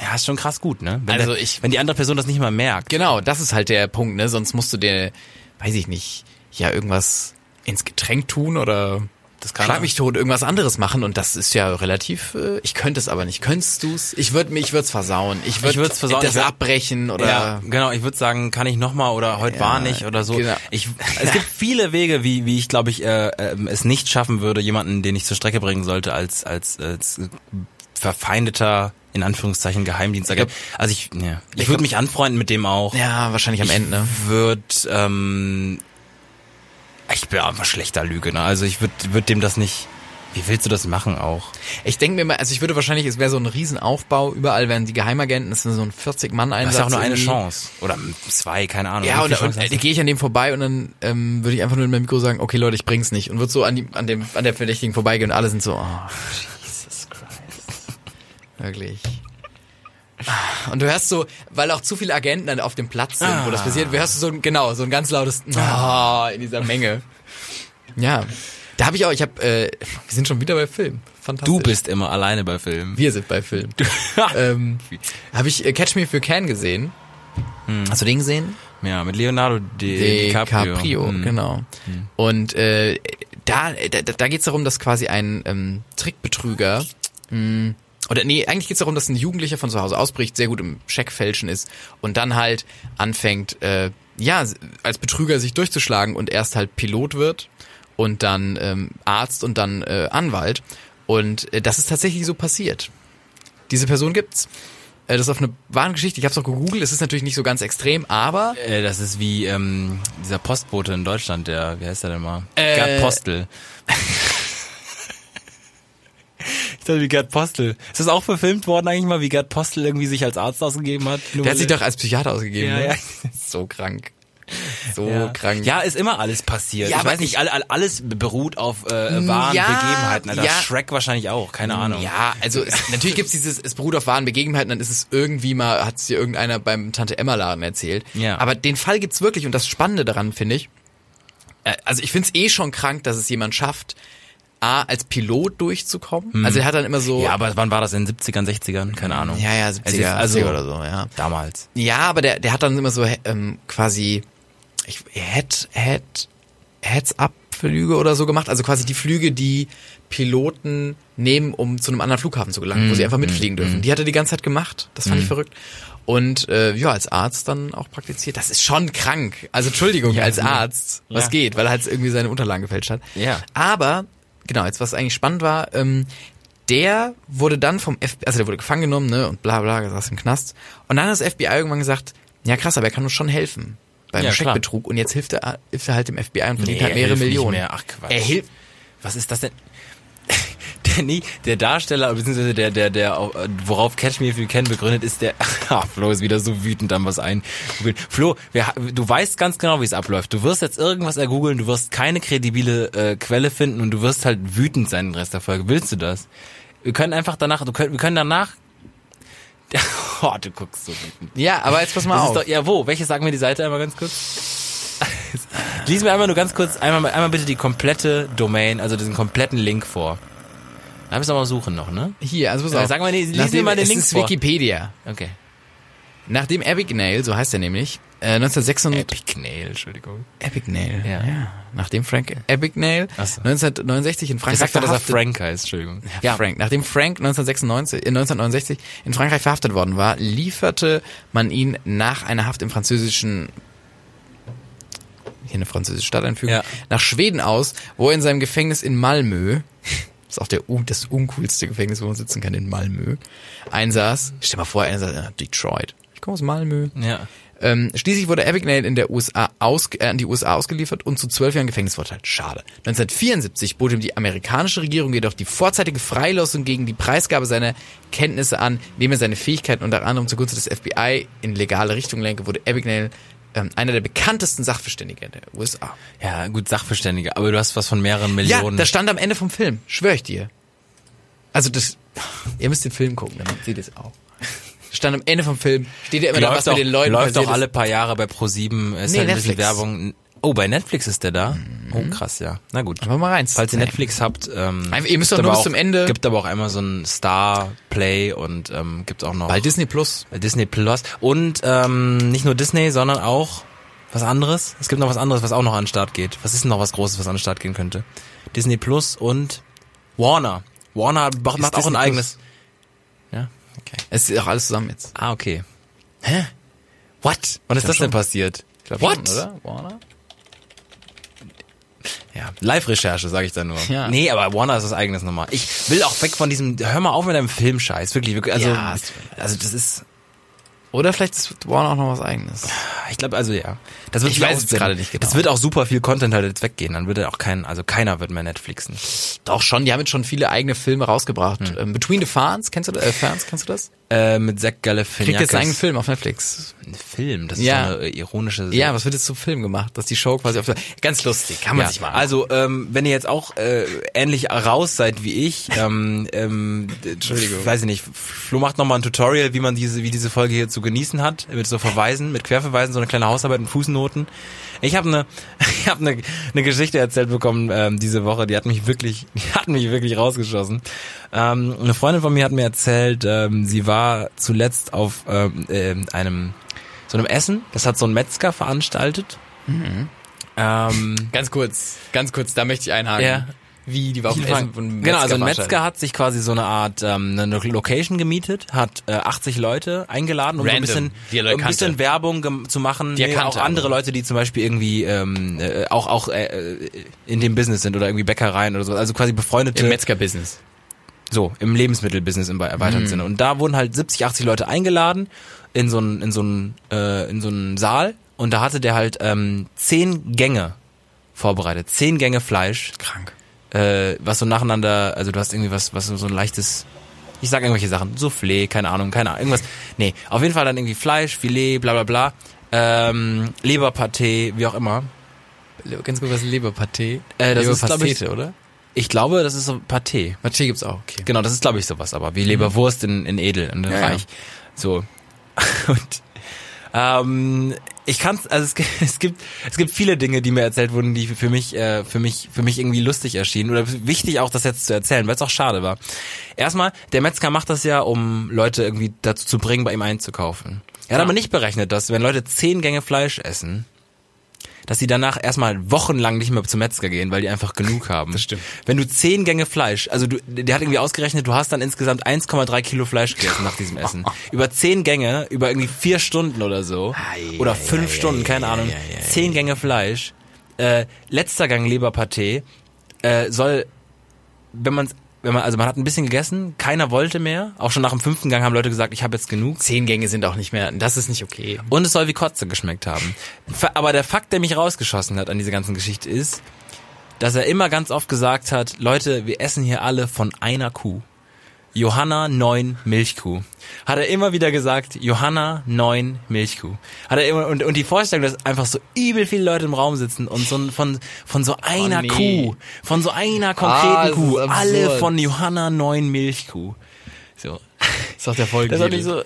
ja, ist schon krass gut, ne? Wenn
Also
der,
ich-
Wenn die andere Person das nicht mal merkt.
Genau, das ist halt der Punkt, ne? Sonst musst du dir, weiß ich nicht, ja, irgendwas ins Getränk tun oder das kann schlag mich tot, irgendwas anderes machen und das ist ja relativ, äh, ich könnte es aber nicht. Könntest du's? Ich würde ich würd's versauen. Ich würde
Ich würd's versauen,
das
ich würd-
abbrechen oder
Ja, genau. Ich würde sagen, kann ich noch mal oder heute
Ja,
war nicht oder so.
genau.
Ich, es gibt viele Wege, wie, wie ich glaube ich äh, ähm, es nicht schaffen würde, jemanden, den ich zur Strecke bringen sollte, als als, als äh, verfeindeter in Anführungszeichen Geheimdienstagent. also ich, ja. ich
glaub-
würde mich anfreunden mit dem auch.
ja, wahrscheinlich am Ende, ne?
Wird ähm, ich bin einfach schlechter Lüge. Ne? Also ich würde würd dem das nicht. Wie willst du das machen auch?
Ich denke mir mal, also ich würde wahrscheinlich, es wäre so ein Riesenaufbau, überall wären die Geheimagenten, es sind so ein 40-Mann-Einsatz.
Das ist auch nur eine
irgendwie.
Chance oder zwei, keine Ahnung.
Ja,
Wie
und,
viele
und,
Chancen
äh,
hast du?
gehe ich an dem vorbei und dann ähm, würde ich einfach nur in meinem Mikro sagen, okay Leute, ich bring's nicht. Und würde so an, die, an, dem, an der Verdächtigen vorbeigehen und alle sind so, oh, Jesus Christ. Wirklich. Ah, Und du hörst so, weil auch zu viele Agenten dann auf dem Platz sind, wo
Ah.
das passiert, hörst du so ein, genau, so ein ganz lautes oh, in dieser Menge. Ja. Da habe ich auch, ich habe, äh, wir sind schon wieder bei Film. Fantastisch.
Du bist immer alleine bei Filmen.
Wir sind bei Film. ähm, habe ich äh, Catch Me If You Can gesehen.
Hm.
Hast du den gesehen?
Ja, mit Leonardo Di- DiCaprio. Hm.
genau. Und äh, da, da, da geht es darum, dass quasi ein ähm, Trickbetrüger mh, oder nee, eigentlich geht es darum, dass ein Jugendlicher von zu Hause ausbricht, sehr gut im Scheckfälschen ist und dann halt anfängt, äh, ja, als Betrüger sich durchzuschlagen und erst halt Pilot wird und dann ähm, Arzt und dann äh, Anwalt. Und äh, das ist tatsächlich so passiert. Diese Person gibt's. Äh, Das ist auf eine wahre Geschichte. Ich habe es auch gegoogelt. Es ist natürlich nicht so ganz extrem, aber
Äh, das ist wie ähm, dieser Postbote in Deutschland, der, wie heißt der denn mal?
Äh,
Gerd Postel. ich dachte, wie Gerd Postel. Ist das auch verfilmt worden eigentlich mal, wie Gerd Postel irgendwie sich als Arzt ausgegeben hat? Nur
Der hat
weil-
sich doch als Psychiater ausgegeben,
Ja,
ne?
ja.
So krank. So
ja.
krank.
Ja, ist immer alles passiert.
Ja,
ich
aber
weiß nicht, all, all, alles beruht auf äh, wahren
Ja,
Begebenheiten. Alter,
ja.
Shrek wahrscheinlich auch, keine Ahnung.
Ja, also es, natürlich gibt's dieses, es beruht auf wahren Begebenheiten, dann ist es irgendwie mal, hat es dir irgendeiner beim Tante-Emma-Laden erzählt.
Ja.
Aber den Fall gibt's wirklich und das Spannende daran finde ich, äh, also ich find's eh schon krank, dass es jemand schafft, A, als Pilot durchzukommen. Also er hat dann immer so...
Hm. Ja, aber wann war das? In den 70ern, 60ern? Keine Ahnung.
ja, ja,
Es ist
70er,
also,
80er oder so, ja.
Damals.
Ja, aber der, der hat dann immer so hä- ähm, quasi ich, Head, Head, Heads-up-Flüge oder so gemacht. Also quasi die Flüge, die Piloten nehmen, um zu einem anderen Flughafen zu gelangen, wo
Mhm.
sie einfach mitfliegen dürfen. Die hat er die ganze Zeit gemacht. Das fand ich verrückt. Und äh, ja, als Arzt dann auch praktiziert. Das ist schon krank. Also Entschuldigung, als Arzt. Was
Ja.
geht? Weil er halt irgendwie seine Unterlagen gefälscht hat.
Ja.
Aber, genau, jetzt was eigentlich spannend war, ähm, der wurde dann vom FBI, also der wurde gefangen genommen, ne, und bla bla, saß im Knast. Und dann hat das FBI irgendwann gesagt, ja krass, aber er kann uns schon helfen beim
Ja, klar.
Scheckbetrug. Und jetzt hilft er, hilft er halt dem FBI und verdient
Nee,
halt
er
mehrere
hilft nicht
Millionen.
mehr. Ach, Quatsch.
Er hilft,
Was ist das denn? Der, nie, der Darsteller, beziehungsweise der, der, der, äh, worauf Catch Me If You Can begründet ist, der, ah, Flo ist wieder so wütend an was ein. Flo, wir, ha- du weißt ganz genau, wie es abläuft. Du wirst jetzt irgendwas ergoogeln, du wirst keine kredibile äh, Quelle finden und du wirst halt wütend sein den Rest der Folge. Willst du das? Wir können einfach danach, du können, wir können danach, oh, du guckst so wütend.
ja, aber jetzt pass mal
Das
auf.
ist doch, ja, wo? Welche sagen mir die Seite einmal ganz kurz? Lies mir einmal nur ganz kurz, einmal, einmal bitte die komplette Domain, also diesen kompletten Link vor. Da müssen wir mal suchen noch, ne?
Hier, also pass
Ja,
auf.
sag mal, nee, lies mir
Nachdem-
mal den
es
Link
ist
vor.
Wikipedia.
Okay.
Nachdem Abigail, so heißt er nämlich, äh, 1996,
Picknail, Entschuldigung.
Abigail.
Ja.
Nachdem Frank Abigail
Ach so.
1969 in
Ich
Frankreich
sag doch, dass er
verhaftet
Frank heißt, Entschuldigung.
Ja. Frank. Nachdem Frank 1996, äh, 1969 in Frankreich verhaftet worden war, lieferte man ihn nach einer Haft im französischen hier eine französische Stadt einfügen,
Ja.
nach Schweden aus, wo er in seinem Gefängnis in Malmö, das ist auch der, un- das uncoolste Gefängnis, wo man sitzen kann, in Malmö, einsaß. Stell mal vor, er saß in Detroit. Ich komme aus Malmö.
Ja.
Ähm, schließlich wurde Abigail in der USA aus, äh, an die USA ausgeliefert und zu zwölf Jahren Gefängnis verurteilt. Schade. 1974 bot ihm die amerikanische Regierung jedoch die vorzeitige Freilassung gegen die Preisgabe seiner Kenntnisse an, indem er seine Fähigkeiten unter anderem zugunsten des FBI in legale Richtung lenke, wurde Abigail ähm, einer der bekanntesten Sachverständigen der USA.
Ja, gut, Sachverständige, aber du hast was von mehreren
Ja,
Millionen.
das stand am Ende vom Film, schwör ich dir. Also das, ihr müsst den Film gucken, dann seht ihr es auch. stand am Ende vom Film, steht ja immer da,
läuft
was mit
auch,
den Leuten
läuft
passiert
auch
ist.
alle paar Jahre bei Pro7, ist
Nee,
halt ein bisschen
Netflix.
Werbung. Oh, bei Netflix ist der da? Oh, krass, ja. Na gut.
Einfach mal rein.
Falls ihr Netflix habt, ähm,
Einfach- ihr müsst
gibt
doch nur
aber
bis zum Ende-
Gibt aber auch einmal so einen Star Play und ähm, gibt auch noch
Bei Disney Plus.
Disney Plus. Und ähm, nicht nur Disney, sondern auch was anderes. Es gibt noch was anderes, was auch noch an den Start geht. Was ist denn noch was Großes, was an den Start gehen könnte? Disney Plus und Warner. Warner macht macht auch
Disney
ein
Plus?
eigenes. Ja, okay.
Es ist auch alles zusammen jetzt.
Ah, okay. Hä? What? Wann ist das denn passiert? What?
Warner?
Ja, Live-Recherche, sage ich da nur.
Ja.
Nee, aber Warner ist was eigenes nochmal. Ich will auch weg von diesem, hör mal auf mit deinem Filmscheiß, wirklich. wirklich also,
Ja, es tut
also das ist,
Oder vielleicht ist Warner auch noch was eigenes.
ich glaube, also ja. Das wird
Ich
sich
weiß
auch-
es gerade nicht genau.
Das wird auch super viel Content halt jetzt weggehen. Dann wird ja auch kein, also keiner wird mehr Netflixen.
Doch schon, die haben jetzt schon viele eigene Filme rausgebracht. Ähm, Between the Fans, kennst du das? Äh, Fans, kennst du das?
Äh, mit Zack Galifianakis.
Kriegt jetzt einen eigenen Film auf Netflix.
Ein Film, das
Ja.
ist so eine äh, ironische
Ja, was wird jetzt zum Film gemacht? Dass die Show quasi auf der... Ganz lustig, kann man
Ja,
sich mal
also ähm, wenn ihr jetzt auch äh, ähnlich raus seid wie ich, ähm, ähm, d- weiß ich nicht, Flo macht nochmal ein Tutorial, wie man diese, wie diese Folge hier zu genießen hat, mit so Verweisen, mit Querverweisen, so eine kleine Hausarbeit und Fußnoten. Ich habe eine, ich habe eine, eine Geschichte erzählt bekommen ähm, diese Woche, die hat mich wirklich, die hat mich wirklich rausgeschossen. Ähm, eine Freundin von mir hat mir erzählt, ähm, sie war zuletzt auf ähm, ähm, einem so einem Essen, das hat so ein Metzger veranstaltet. Ähm,
Ganz kurz, ganz kurz, da möchte ich einhaken.
Ja.
Wie, die war auf dem Essen von einem
Genau, also ein
veranstaltet.
Metzger hat sich quasi so eine Art ähm, eine Location gemietet, hat äh, 80 Leute eingeladen, um so ein
Random,
bisschen,
die er
um ein
kannte.
bisschen Werbung gem- zu machen.
Die er
auch
kannte,
andere
aber.
Leute, die zum Beispiel irgendwie ähm, äh, auch auch äh, äh, in dem Business sind oder irgendwie Bäckereien oder so, also quasi befreundete
Im Metzger-Business.
so, im Lebensmittelbusiness im
Mhm.
erweiterten Sinne. Und da wurden halt 70, 80 Leute eingeladen in so einen, in so einen, äh, in so einen Saal. Und da hatte der halt ähm, zehn Gänge vorbereitet. Zehn Gänge Fleisch,
Krank.
äh, was so nacheinander, also du hast irgendwie was, was so so ein leichtes, ich sag irgendwelche Sachen, Soufflé, keine Ahnung, keine Ahnung, irgendwas. Nee, auf jeden Fall dann irgendwie Fleisch, Filet, bla bla bla, ähm, Leberpaté, wie auch immer.
Ganz gut, was ist Leberpaté?
Äh, das ist, glaub ich,
Leberpastete, oder?
Ich glaube, das ist so Paté.
Paté gibt's auch, okay.
Genau, das ist, glaube ich, sowas, aber wie Leberwurst in, in Edel und in
Ja, ja.
Reich. So. Und ähm, ich kann's, also es, gibt- es gibt es gibt viele Dinge, die mir erzählt wurden, die für mich äh, für mich für mich irgendwie lustig erschienen oder wichtig auch das jetzt zu erzählen, weil es auch schade war. Erstmal, der Metzger macht das ja, um Leute irgendwie dazu zu bringen, bei ihm einzukaufen. Er hat aber nicht berechnet, dass wenn Leute zehn Gänge Fleisch essen, dass sie danach erstmal wochenlang nicht mehr zum Metzger gehen, weil die einfach genug haben. Das
stimmt.
Wenn du zehn Gänge Fleisch, also du, der hat irgendwie ausgerechnet, du hast dann insgesamt 1,3 Kilo Fleisch gegessen nach diesem Essen. Über zehn Gänge, über irgendwie vier Stunden oder so.
Ei,
oder
ei,
fünf
ei,
Stunden,
ei,
keine
ei,
Ahnung.
ei, ei, ei.
Zehn Gänge Fleisch. Äh, letzter Gang Leberpaté äh, soll, wenn man wenn man, also man hat ein bisschen gegessen, keiner wollte mehr. Auch schon nach dem fünften Gang haben Leute gesagt, ich habe jetzt genug.
Zehn Gänge sind auch nicht mehr, das ist nicht okay.
Und es soll wie Kotze geschmeckt haben. Fa- Aber der Fakt, der mich rausgeschossen hat an dieser ganzen Geschichte ist, dass er immer ganz oft gesagt hat, Leute, wir essen hier alle von einer Kuh. Johanna 9 Milchkuh. Hat er immer wieder gesagt, Johanna 9 Milchkuh. Hat er immer, und, und die Vorstellung, dass einfach so übel viele Leute im Raum sitzen und so ein- von, von so einer
Oh nee.
Kuh, von so einer
Ah,
konkreten
das ist
Kuh,
absurd.
alle von Johanna 9 Milchkuh. So.
Das ist auch der Folge.
Das hat mich so, äh,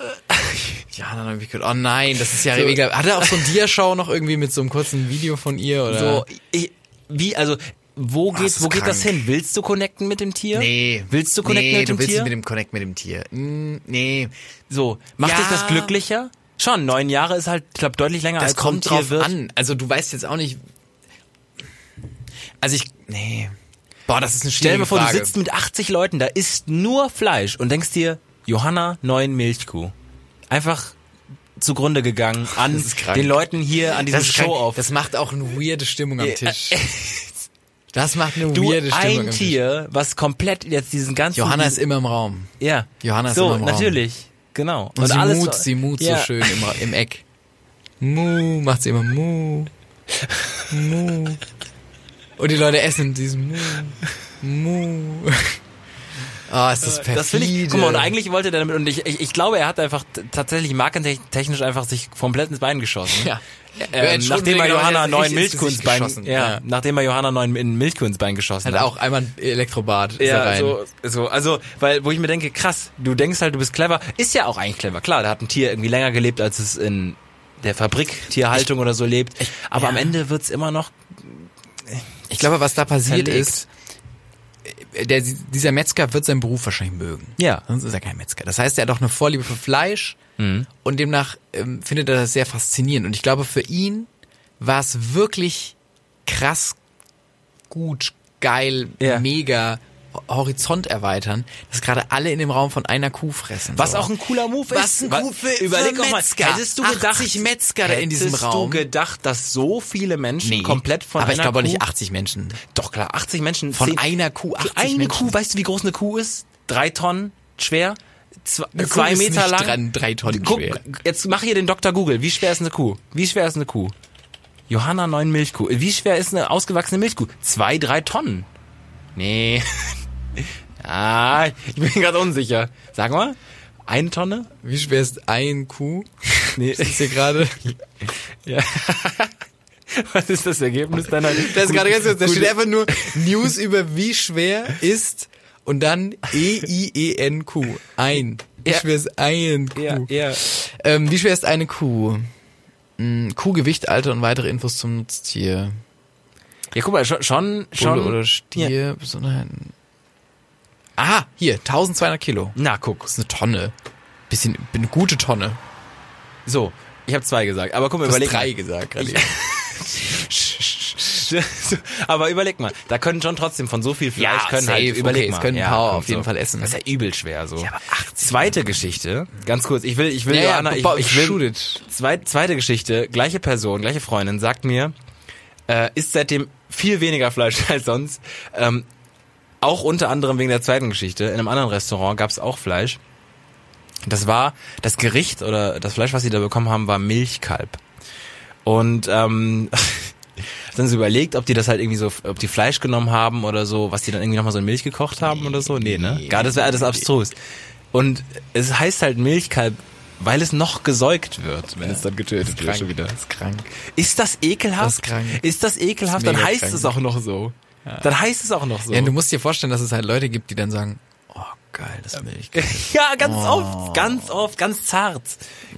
ja, dann hab ich gedacht, oh nein, das ist ja egal. Hat er auch so ein Diashow noch irgendwie mit so einem kurzen Video von ihr oder?
So, ich, wie, also, wo geht,
ist
wo geht das
krank.
hin? Willst du connecten mit dem Tier? Willst du connecten mit dem Tier?
dem Connect mit dem Tier. Mm, nee.
so, macht
Ja.
dich das glücklicher? Schon, neun Jahre ist halt, glaub, deutlich länger
Das
als so ein
kommt
Tier
drauf
wird.
an. Also du weißt jetzt auch nicht. Also ich. Nee. Boah, das ist
Stell
eine
dir
schwierige
mal vor,
Frage.
du sitzt mit 80 Leuten, da isst nur Fleisch und denkst dir, Johanna, neun Milchkuh. Einfach zugrunde gegangen an
Das ist krank.
den Leuten hier an diesem
das, ist krank.
Show auf.
das macht auch eine weirde Stimmung am
Ja.
Tisch. Das macht eine
Du,
weirde Stimmung
ein
am
Tier, was komplett jetzt diesen ganzen...
Tisch. Johanna ist immer im Raum.
Ja.
Johanna ist
so,
immer im Raum.
natürlich. Genau.
Und, sie
alles-
mut, sie mut
Ja.
so schön im, Ra- im Eck. Mu, macht sie immer mu. Mu. Und die Leute essen diesen mu. Mu. Ah, ist das perfide.
Das finde ich. Guck mal, und eigentlich wollte er damit, und ich, ich, ich glaube, er hat einfach t- tatsächlich markentechnisch einfach sich komplett ins Bein geschossen.
Ja.
Ähm, nachdem er Johanna neun Milchkuh ins Bein, ja,
ja.
nachdem er Johanna neun in Milchkuh ins Bein geschossen
Hat
hat.
auch einmal ein Elektrobad. ist er
Ja,
rein.
so, so, also, weil, wo ich mir denke, krass, du denkst halt, du bist clever, ist ja auch eigentlich clever. Klar, da hat ein Tier irgendwie länger gelebt, als es in der Fabrik Tierhaltung oder so lebt. Aber am Ende wird's immer noch,
Ich glaube, was da passiert
Verlegt.
ist, äh, der, dieser Metzger wird seinen Beruf wahrscheinlich mögen.
Ja.
Sonst ist er kein Metzger. Das heißt, er hat auch eine Vorliebe für Fleisch
Mhm.
und demnach ähm, findet er das sehr faszinierend. Und ich glaube, für ihn war es wirklich krass gut, geil,
Ja.
mega ho- Horizont erweitern, dass gerade alle in dem Raum von einer Kuh fressen.
was
so.
auch ein cooler Move
was
ist.
ein
Wa-
Kuh für,
Überleg
für
auch mal,
Metzger.
hättest du gedacht,
80 Metzger in diesem
hättest
Raum.
du gedacht, dass so viele Menschen
Nee.
komplett von
Aber
einer
ich glaube auch
Kuh,
nicht 80 Menschen.
doch klar, 80 Menschen.
Von
zehn-
einer Kuh 80
Eine
Menschen.
Kuh, weißt du, wie groß eine Kuh ist? Drei Tonnen schwer, zwei,
Eine Kuh
zwei
ist
Meter
nicht
lang.
dran- drei Tonnen
Guck,
schwer.
jetzt mach hier den Dr. Google. Wie schwer ist eine Kuh? Wie schwer ist eine Kuh? Johanna 9 Milchkuh. Wie schwer ist eine ausgewachsene Milchkuh? Zwei, drei Tonnen. Nee. ah, ich bin gerade unsicher. Sag mal, eine Tonne?
Wie schwer ist ein Kuh?
Nee.
Ist das hier gerade?
Was ist das Ergebnis deiner?
Das ist gerade ganz kurz, da
Gut.
steht einfach nur News über wie schwer ist und dann E E-I-E-N-Q. Ein. Wie
Ja.
schwer ist ein Kuh?
Ja, ja.
Ähm, wie schwer ist eine Kuh? Hm, Kuhgewicht, Alter und weitere Infos zum Nutztier.
ja, guck mal, schon, schon, schon
Bulle oder Stier,
Ja.
Besonderheiten. Ah, hier, 1200 Kilo.
Na, guck.
Das ist eine Tonne. Bisschen, eine gute Tonne.
So, ich habe zwei gesagt, aber guck mal,
Du hast
überleg
drei
mal.
gesagt gerade.
Ich- aber überleg mal, da können schon trotzdem von so viel Fleisch
Ja,
können
safe,
halt überleg
okay, es
mal.
können ein paar
und
auf jeden Fall essen.
Das ist ja übel schwer so.
aber 80
zweite Geschichte, ganz kurz, ich will ich will
Ja, ja,
Johanna,
Bob,
ich, ich will
shoot it.
Zweit, zweite Geschichte, gleiche Person, gleiche Freundin sagt mir, äh, isst seitdem viel weniger Fleisch als sonst. Ähm, auch unter anderem wegen der zweiten Geschichte. In einem anderen Restaurant gab es auch Fleisch. Das war das Gericht oder das Fleisch, was sie da bekommen haben, war Milchkalb. Und ähm, dann sie überlegt, ob die das halt irgendwie so, ob die Fleisch genommen haben oder so, was die dann irgendwie nochmal so in Milch gekocht haben oder so. Nee, ne? Gar das wäre alles abstrus. Und es heißt halt Milchkalb, weil es noch gesäugt wird, wenn es dann getötet wird schon wieder.
Das ist krank.
Ist das ekelhaft?
Das ist krank.
Ist das ekelhaft?
Das ist
dann
mega
heißt
krank.
es auch noch so. Dann heißt es auch noch so.
Ja, du musst dir vorstellen, dass es halt Leute gibt, die dann sagen, oh geil, das Milch.
Ja, ganz
Oh.
oft, ganz oft, ganz zart.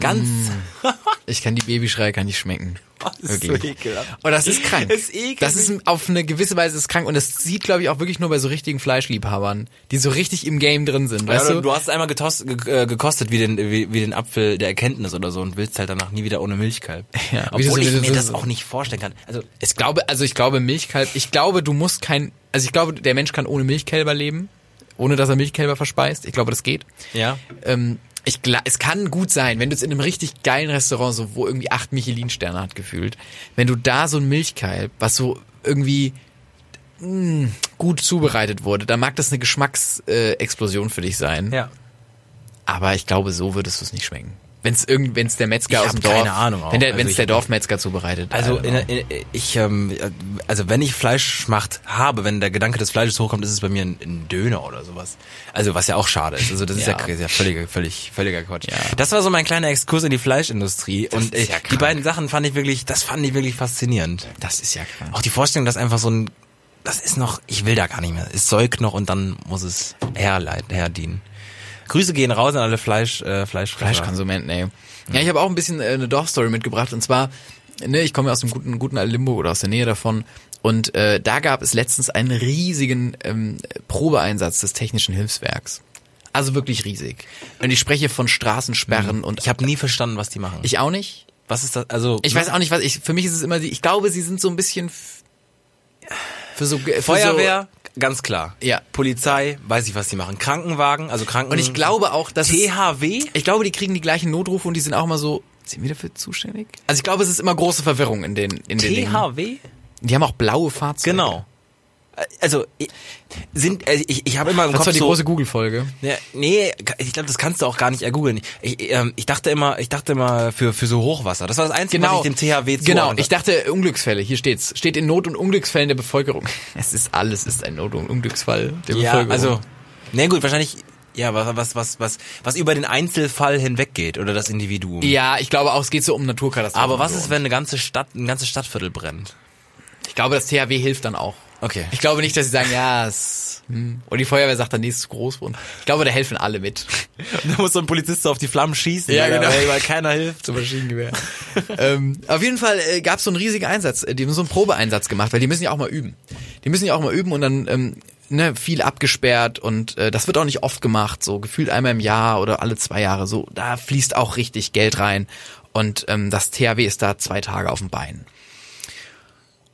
Ganz
Mm. Ich kann die Babyschreie gar nicht schmecken.
Oh, das ist so ekelhaft.
Und das ist krank.
Das ist ekelig.
Das ist auf eine gewisse Weise ist krank und das sieht, glaube ich, auch wirklich nur bei so richtigen Fleischliebhabern, die so richtig im Game drin sind.
Ja,
Weißt
du,
du?
du hast es einmal getos, ge, äh, gekostet wie den, wie, wie den Apfel der Erkenntnis oder so und willst halt danach nie wieder ohne Milchkalb.
Ja, wie
Obwohl
das-
ich
das-
mir das
das-
auch nicht vorstellen kann. Also,
Ich glaube, also ich glaube Milchkalb, ich glaube, du musst kein, also ich glaube, der Mensch kann ohne Milchkälber leben, ohne dass er Milchkälber verspeist. Ich glaube, das geht.
ja.
Ähm, ich gla- es kann gut sein, wenn du es in einem richtig geilen Restaurant, so wo irgendwie acht Michelin-Sterne hat gefühlt, wenn du da so ein Milchkalb, was so irgendwie mh, gut zubereitet wurde, dann mag das eine Geschmacksexplosion äh, Explosion für dich sein.
Ja.
Aber ich glaube, so würdest du es nicht schmecken. Wenn es irgend, wenn es der Metzger
Ich
aus dem
hab
Dorf,
keine Ahnung auch.
wenn der,
Also
wenn's
ich-
der Dorfmetzger zubereitet.
Also,
I don't
in,
know.
in, ich, ähm, äh, also wenn ich Fleischschmacht habe, wenn der Gedanke des Fleisches hochkommt, ist es bei mir ein, ein Döner oder sowas. Also was ja auch schade ist. Also das ist ja,
Ja.
ist ja völliger, völlig, völliger Quatsch.
Ja.
Das war so mein kleiner Exkurs in die Fleischindustrie und
ist
äh,
ja
die
krank.
beiden Sachen fand ich wirklich, das fand ich wirklich faszinierend.
das ist ja krank.
Auch die Vorstellung, dass einfach so ein, das ist noch, ich will da gar nicht mehr. Es säugt noch und dann muss es herleiten, herdienen. Grüße gehen raus an alle Fleisch, äh, Fleisch,
Fleischkonsumenten, ey. Ja, ich habe auch ein bisschen äh, eine Dorfstory mitgebracht und zwar, ne, ich komme ja aus dem guten, guten Alimbo oder aus der Nähe davon und äh, da gab es letztens einen riesigen ähm, Probeeinsatz des Technischen Hilfswerks. Also wirklich riesig. Und ich spreche von Straßensperren und
Ich habe nie verstanden, was die machen.
ich auch nicht.
was ist das? Also
Ich weiß auch nicht, was ich, für mich ist es immer, die, ich glaube, sie sind so ein bisschen f- für so, für So,
Feuerwehr, ganz klar.
Ja.
Polizei, weiß ich, was die machen. Krankenwagen, also Kranken.
und ich glaube auch, dass es-
THW?
Ich glaube, die kriegen die gleichen Notrufe und die sind auch immer so, sind wir dafür zuständig? Also ich glaube, es ist immer große Verwirrung in den, in den Dingen.
THW?
Die haben auch blaue Fahrzeuge.
Genau. Äh, Also ich- sind also ich, ich habe immer im
Das
Kopf
war die
so
große Google-Folge.
Ja, nee, ich glaube, das kannst du auch gar nicht ergoogeln. Ich, ähm, ich dachte immer, ich dachte immer für für so Hochwasser. Das war das einzige, was ich dem THW
Genau,
zuordnen
ich dachte Unglücksfälle, hier steht's. Steht in Not- und Unglücksfällen der Bevölkerung. Es ist alles, ist ein Not- und Unglücksfall der
Ja,
Bevölkerung.
also Na nee, gut, wahrscheinlich ja, was was was was was über den Einzelfall hinweggeht oder das Individuum.
Ja, ich glaube auch, es geht so um Naturkatastrophen.
Aber was
und so.
ist, wenn eine ganze Stadt, ein ganzes Stadtviertel brennt?
Ich glaube, das THW hilft dann auch.
Okay.
Ich glaube nicht, dass sie sagen, ja, es, hm. und die Feuerwehr sagt dann, nee, es ist groß und ich glaube, da helfen alle mit.
Da muss so ein Polizist so auf die Flammen schießen,
Ja,
Alter,
genau.
weil, weil keiner hilft.
Zum Maschinengewehr. ähm, auf jeden Fall äh, gab es so einen riesigen Einsatz. äh, Die haben so einen Probeeinsatz gemacht, weil die müssen ja auch mal üben. Die müssen ja auch mal üben und dann ähm, ne, viel abgesperrt und äh, das wird auch nicht oft gemacht, so gefühlt einmal im Jahr oder alle zwei Jahre. So, da fließt auch richtig Geld rein. Und ähm, das THW ist da zwei Tage auf dem Bein.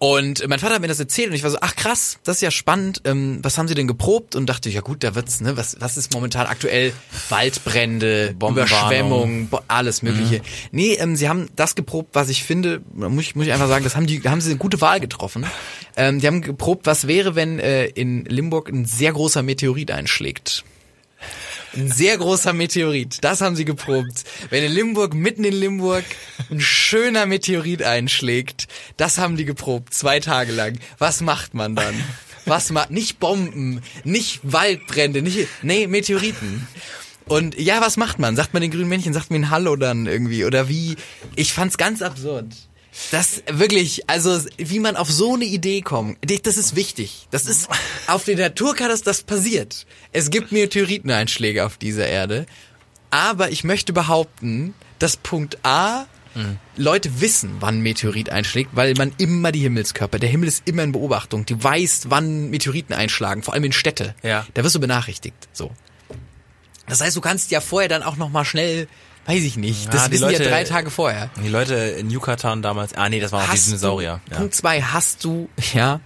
Und mein Vater hat mir das erzählt und ich war so, ach krass, das ist ja spannend. Ähm, was haben sie denn geprobt? Und dachte, ich, ja gut, da wird's, ne, was, was ist momentan aktuell? Waldbrände,
Bombenwarnung.
Überschwemmung, bo- alles mögliche. Nee, ähm, sie haben das geprobt, was ich finde, da muss ich, muss ich einfach sagen, das haben die, da haben sie eine gute Wahl getroffen. Ähm, die haben geprobt, was wäre, wenn äh, in Limburg ein sehr großer Meteorit einschlägt. Ein sehr großer Meteorit. Das haben sie geprobt. Wenn in Limburg, mitten in Limburg, ein schöner Meteorit einschlägt, das haben die geprobt. Zwei Tage lang. Was macht man dann? Was macht, nicht Bomben, nicht Waldbrände, nicht, nee, Meteoriten. Und ja, was macht man? Sagt man den grünen Männchen, sagt man ihnen Hallo dann irgendwie? Oder wie? Ich fand's ganz absurd. Das wirklich, also wie man auf so eine Idee kommt, das ist wichtig. Das ist auf den Naturkatastrophen, das passiert. Es gibt Meteoriteneinschläge auf dieser Erde, aber ich möchte behaupten, dass Punkt A Leute wissen, wann ein Meteorit einschlägt, weil man immer die Himmelskörper, der Himmel ist immer in Beobachtung, du weißt, wann Meteoriten einschlagen, vor allem in Städte.
Ja.
Da wirst du benachrichtigt, so. Das heißt, du kannst ja vorher dann auch noch mal schnell, weiß ich nicht, das
die
wissen ja
Leute-
drei Tage vorher.
Die Leute in Yucatan damals, ah nee, das waren auch die
Hast
Dinosaurier.
Du,
Ja.
Punkt zwei, hast du, ja,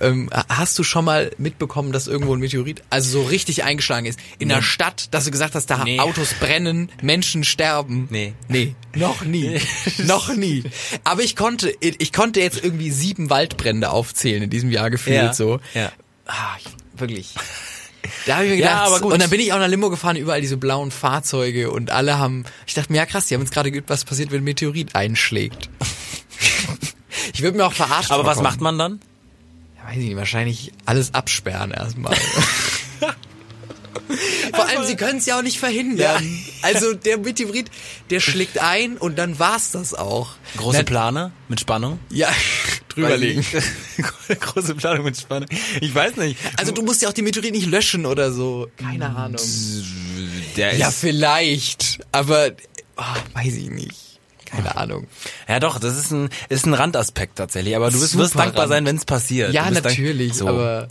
ähm, hast du schon mal mitbekommen, dass irgendwo ein Meteorit, also so richtig eingeschlagen ist, in der Stadt, dass du gesagt hast, da
Nee.
Autos brennen, Menschen sterben?
Nee.
Nee, noch nie. noch nie. Aber ich konnte, ich konnte jetzt irgendwie sieben Waldbrände aufzählen in diesem Jahr gefühlt
Ja,
so.
ja.
Ah, ich, wirklich. Da habe ich mir
Ja,
gedacht,
aber gut.
und dann bin ich auch nach Limburg gefahren, überall diese blauen Fahrzeuge und alle haben, ich dachte mir, ja krass, die haben uns gerade geübt, was passiert, wenn ein Meteorit einschlägt. ich würde mir auch verarscht
Aber was macht
vorkommen.
man dann?
Ja, weiß ich nicht, wahrscheinlich alles absperren erstmal. Vor allem, sie können es ja auch nicht verhindern. Also der Meteorit, der schlägt ein und dann war's das auch.
Große
Na-
Plane mit Spannung?
Ja, drüberlegen.
Große Planung mit Spannung. Ich weiß nicht.
Also du musst ja auch die Meteoriten nicht löschen oder so. Keine Ahnung.
Also, der
Ja,
ist,
vielleicht, aber oh, weiß ich nicht.
Ah.
Keine
Äh,
Ahnung.
ja doch, das ist ein ist ein Randaspekt tatsächlich, aber du wirst,
Super
wirst dankbar
Rand.
sein, wenn es passiert.
Ja,
Du bist dank-
natürlich,
so.
aber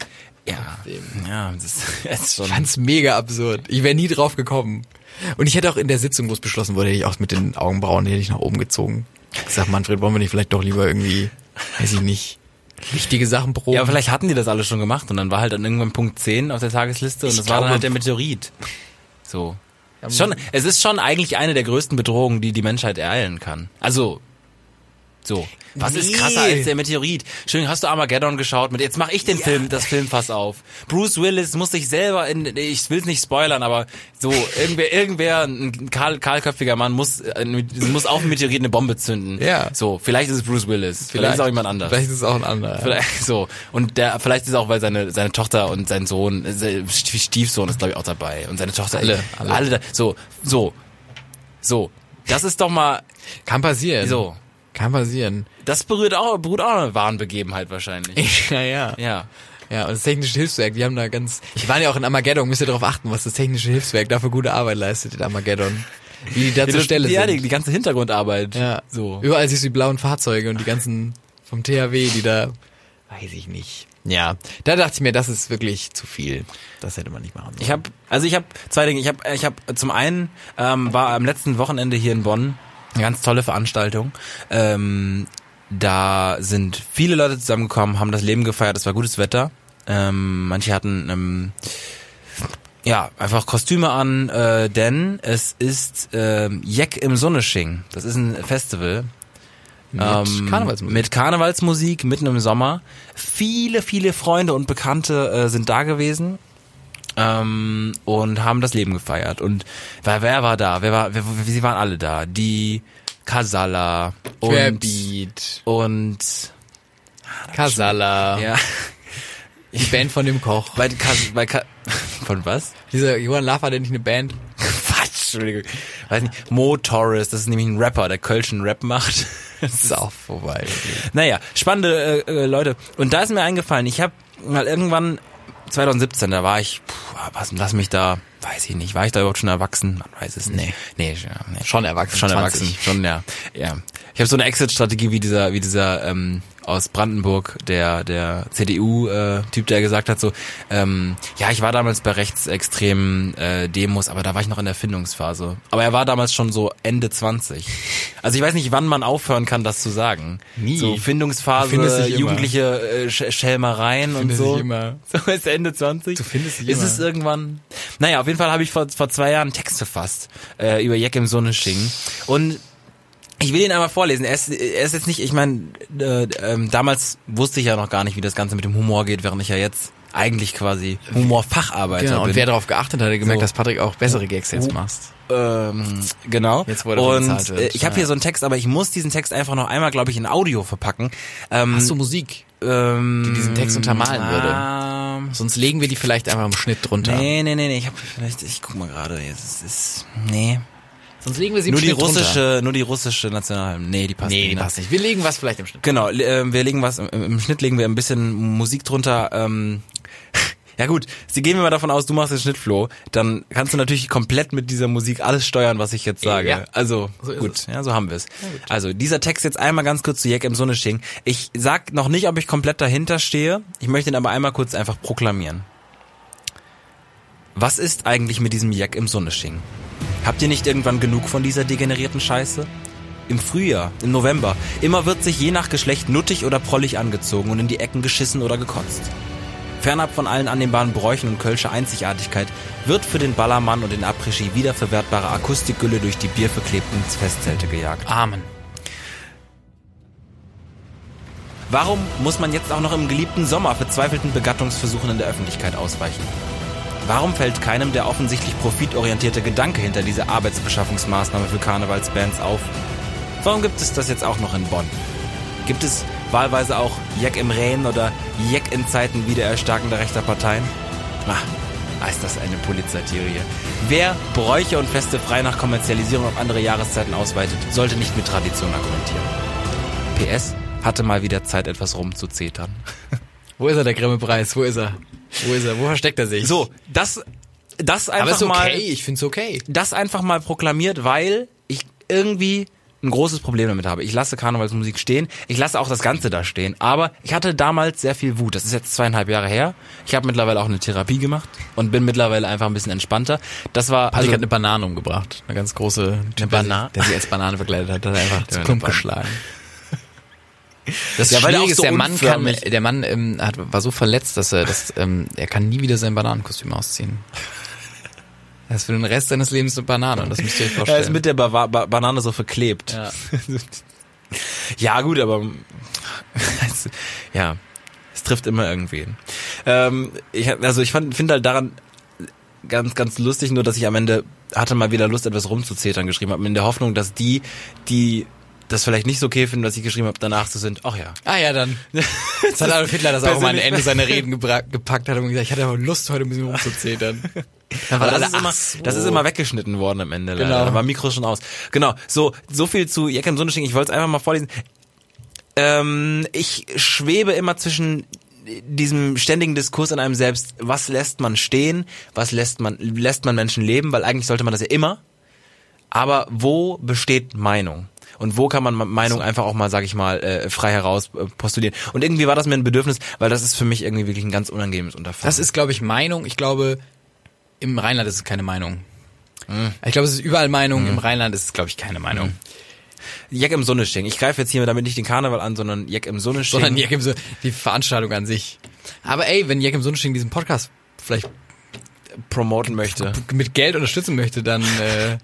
ja, ja, das ist- das ist schon
ganz mega absurd. Ich wäre nie drauf gekommen. Und ich hätte auch in der Sitzung, wo es beschlossen wurde, hätte ich auch mit den Augenbrauen hätte ich nach oben gezogen. Ich sag, Manfred, wollen wir nicht vielleicht doch lieber irgendwie, weiß ich nicht, wichtige Sachen proben?
Ja, aber vielleicht hatten die das alle schon gemacht und dann war halt dann irgendwann Punkt 10 auf der Tagesliste und
Ich
das war dann
glaube-
halt der Meteorit. So. Ist Schon, es ist schon eigentlich eine der größten Bedrohungen, die die Menschheit ereilen kann. Also, so. Was ist
Nee.
krasser als der Meteorit? Schön, hast du Armageddon geschaut? Mit, jetzt mache ich den Film, das Filmfass auf. Bruce Willis muss sich selber in, ich will's nicht spoilern, aber so, irgendwer, irgendwer, ein kahl, kahlköpfiger Mann muss, äh, muss auf den Meteorit eine Bombe zünden.
Ja.
So, vielleicht ist es Bruce Willis. Vielleicht, vielleicht ist es auch jemand anders.
Vielleicht ist es auch ein anderer.
Vielleicht, so. Und der, vielleicht ist auch, weil seine, seine Tochter und sein Sohn, äh, se- St- Stiefsohn ist, glaube ich, auch dabei. Und seine Tochter,
Alle, alle.
da, so, so, so. Das ist doch mal,
Kann passieren.
so.
Kann passieren.
Das berührt auch, beruht auch eine Wahnbegebenheit wahrscheinlich.
naja.
Ja.
Ja, und das technische Hilfswerk, die haben da ganz. Ich war ja auch in Armageddon, müsst ihr darauf achten, was das technische Hilfswerk dafür gute Arbeit leistet in Armageddon. Wie die da zur
das-
Stelle
ja, die,
sind.
die ganze Hintergrundarbeit.
Ja,
So.
Überall siehst du die blauen Fahrzeuge und die ganzen vom THW, die da. Weiß ich nicht. Ja, da dachte ich mir, das ist wirklich zu viel. Das hätte man nicht machen sollen.
Ich habe, also ich habe zwei Dinge. Ich habe, ich habe zum einen ähm, war am letzten Wochenende hier in Bonn eine ganz tolle Veranstaltung. Ähm, da sind viele Leute zusammengekommen, haben das Leben gefeiert. Es war gutes Wetter. Ähm, manche hatten ähm, ja einfach Kostüme an, äh, denn es ist ähm, Jack im Sonnesching. Das ist ein Festival
mit
ähm,
Karnevalsmusik.
Mit Karnevalsmusik, mitten im Sommer. Viele, viele Freunde und Bekannte äh, sind da gewesen ähm, und haben das Leben gefeiert. Und wer, wer war da? Wer war, wer, wer- sie waren alle da. Die Kasala und,
Querbeat,
und
Kasala,
ja,
die Band von dem Koch.
bei, Kas bei, Ka Von was?
Dieser Johann Love hat ja nicht eine Band.
Genau, Quatsch, Entschuldigung. Weiß nicht. Mo Torres, das ist nämlich ein Rapper, der Kölschen Rap macht. Das ist auch
Vorbei.
Naja, spannende äh, äh, Leute. Und da ist mir eingefallen, ich habe mal irgendwann 2017, da war ich, puh, was, lass mich da, weiß ich nicht, war ich da überhaupt schon erwachsen? Man weiß es nicht. Nee, ja, nee.
Schon erwachsen,
Schon
20.
erwachsen, schon, ja. ja. Ich habe so eine Exit-Strategie wie dieser, wie dieser ähm, aus Brandenburg, der, der CDU-Typ, äh, der gesagt hat so, ähm, ja, ich war damals bei rechtsextremen äh, Demos, aber da war ich noch in der Findungsphase. Aber er war damals schon so Ende 20. Also ich weiß nicht, wann man aufhören kann, das zu sagen.
Nie.
So Findungsphase,
Du findest dich immer.
jugendliche äh, Sch Schelmereien und
findest
so.
dich immer.
So ist Ende 20.
Du findest dich
Ist
immer.
es irgendwann? Naja, auf jeden Fall habe ich vor, vor zwei Jahren einen Text verfasst äh, über Jack im Sonnenschingen. Und ich will ihn einmal vorlesen. Er ist, er ist jetzt nicht, ich meine, äh, ähm, damals wusste ich ja noch gar nicht, wie das Ganze mit dem Humor geht, während ich ja jetzt eigentlich quasi Humorfacharbeiter
Genau, und
bin.
wer darauf geachtet hat, hat gemerkt,
So. Oh.
dass Patrick auch bessere Gags jetzt machst.
Ähm, genau.
Jetzt, wo er dafür bezahlt
und
wird.
äh, ich habe
Ja.
hier so einen Text, aber ich muss diesen Text einfach noch einmal, glaube ich, in Audio verpacken. Ähm,
Hast du Musik?
ähm,
die diesen Text untermalen würde?
ähm,
Sonst legen wir die vielleicht einfach im Schnitt drunter.
Nee, nee, nee, nee, ich habe vielleicht, ich guck mal gerade, es ist, ist nee,
Sonst legen wir sie im
nur die
Schnitt
russische,
drunter.
nur die russische Nationalhymne. Nee, die passt
Nee,
nicht.
die
ne?
passt nicht. Wir legen was vielleicht im Schnitt.
Genau, le- ähm, wir legen was, im, im Schnitt legen wir ein bisschen Musik drunter. Ähm, ja gut, sie gehen wir mal davon aus, du machst den Schnitt, Flo, dann kannst du natürlich komplett mit dieser Musik alles steuern, was ich jetzt sage.
Ja.
Also
So ist
gut,
es.
ja, so haben wir es. Also dieser Text jetzt einmal ganz kurz zu Jack im Sonnenschein. Ich sag noch nicht, ob ich komplett dahinter stehe. Ich möchte ihn aber einmal kurz einfach proklamieren. Was ist eigentlich mit diesem Jack im Sonnenschein? Habt ihr nicht irgendwann genug von dieser degenerierten Scheiße? Im Frühjahr, im November, immer wird sich je nach Geschlecht nuttig oder prollig angezogen und in die Ecken geschissen oder gekotzt. Fernab von allen annehmbaren Bräuchen und kölscher Einzigartigkeit wird für den Ballermann und den Après-Ski wiederverwertbare Akustikgülle durch die bierverklebten Festzelte gejagt.
Amen.
Warum muss man jetzt auch noch im geliebten Sommer verzweifelten Begattungsversuchen in der Öffentlichkeit ausweichen? Warum fällt keinem der offensichtlich profitorientierte Gedanke hinter dieser Arbeitsbeschaffungsmaßnahme für Karnevalsbands auf? Warum gibt es das jetzt auch noch in Bonn? Gibt es wahlweise auch Jack im Rhein oder Jack in Zeiten wiedererstarkender rechter Parteien? Ah, ist das eine Polizsatire. hier. Wer Bräuche und Feste frei nach Kommerzialisierung auf andere Jahreszeiten ausweitet, sollte nicht mit Tradition argumentieren. PS hatte mal wieder Zeit, etwas rumzuzetern.
Wo ist er, der Grimme-Preis? Wo ist er? Wo ist er? Wo versteckt er sich?
So, das, das einfach
Aber ist
mal, Also-
okay. Ich find's okay.
das einfach mal proklamiert, weil ich irgendwie ein großes Problem damit habe. Ich lasse Karnevalsmusik stehen. Ich lasse auch das Ganze da stehen. Aber ich hatte damals sehr viel Wut. Das ist jetzt zweieinhalb Jahre her. Ich habe mittlerweile auch eine Therapie gemacht und bin mittlerweile einfach ein bisschen entspannter. Das war
Patrick
also,
hat eine Banane umgebracht. Eine ganz große eine
Bana-
Der sich als Banane verkleidet hat, hat er einfach zu
eine
Klump
Banane.
geschlagen. Das
Ja, weil der
Schwierige
auch
ist,
so
der Mann, kann,
unförmig-
der Mann ähm, hat, war so verletzt, dass er das, ähm, er kann nie wieder sein Bananenkostüm ausziehen. Er ist für den Rest seines Lebens eine Banane und das müsst ihr euch
er
vorstellen.
ist mit der Bava- ba Banane so verklebt.
ja.
Ja, gut, aber es- ja, es trifft immer irgendwen. Ähm, ich, hab- also ich finde halt daran ganz, ganz lustig, nur dass ich am Ende hatte mal wieder Lust, etwas rumzuzetern geschrieben habe, in der Hoffnung, dass die, die das vielleicht nicht so okay finden, was ich geschrieben habe, danach so sind, ach ja.
Ah ja, dann. Das hat Adolf Hitler das auch mal am
Persönlich-
Ende seiner Reden gebra- gepackt hat und gesagt, ich hatte aber Lust, heute ein bisschen rumzuzetern. Dann
Aber
alle,
das, ist immer,
ach so.
das ist immer weggeschnitten worden am Ende. Leider.
Genau.
Da war Mikro schon aus. Genau. So, so viel zu Jack im Sonnenschein. Ich wollte es einfach mal vorlesen. Ähm, ich schwebe immer zwischen diesem ständigen Diskurs an einem selbst. Was lässt man stehen? Was lässt man, lässt man Menschen leben? Weil eigentlich sollte man das ja immer. Aber wo besteht Meinung? Und wo kann man Meinung einfach auch mal, sag ich mal, äh, frei heraus äh, postulieren? Und irgendwie war das mir ein Bedürfnis, weil das ist für mich irgendwie wirklich ein ganz unangenehmes Unterfangen.
Das ist, glaube ich, Meinung. Ich glaube, im Rheinland ist es keine Meinung.
Hm.
Ich glaube, es ist überall Meinung. Im Rheinland ist es, glaube ich, keine Meinung.
Jack im Sonnenschein. Ich greife jetzt hier damit nicht den Karneval an, sondern Jack im Sonnenschein.
Sondern Jack im Sun- die Veranstaltung an sich. Aber ey, wenn Jack im Sonnenschein diesen Podcast vielleicht
promoten möchte.
mit Geld unterstützen möchte, dann äh,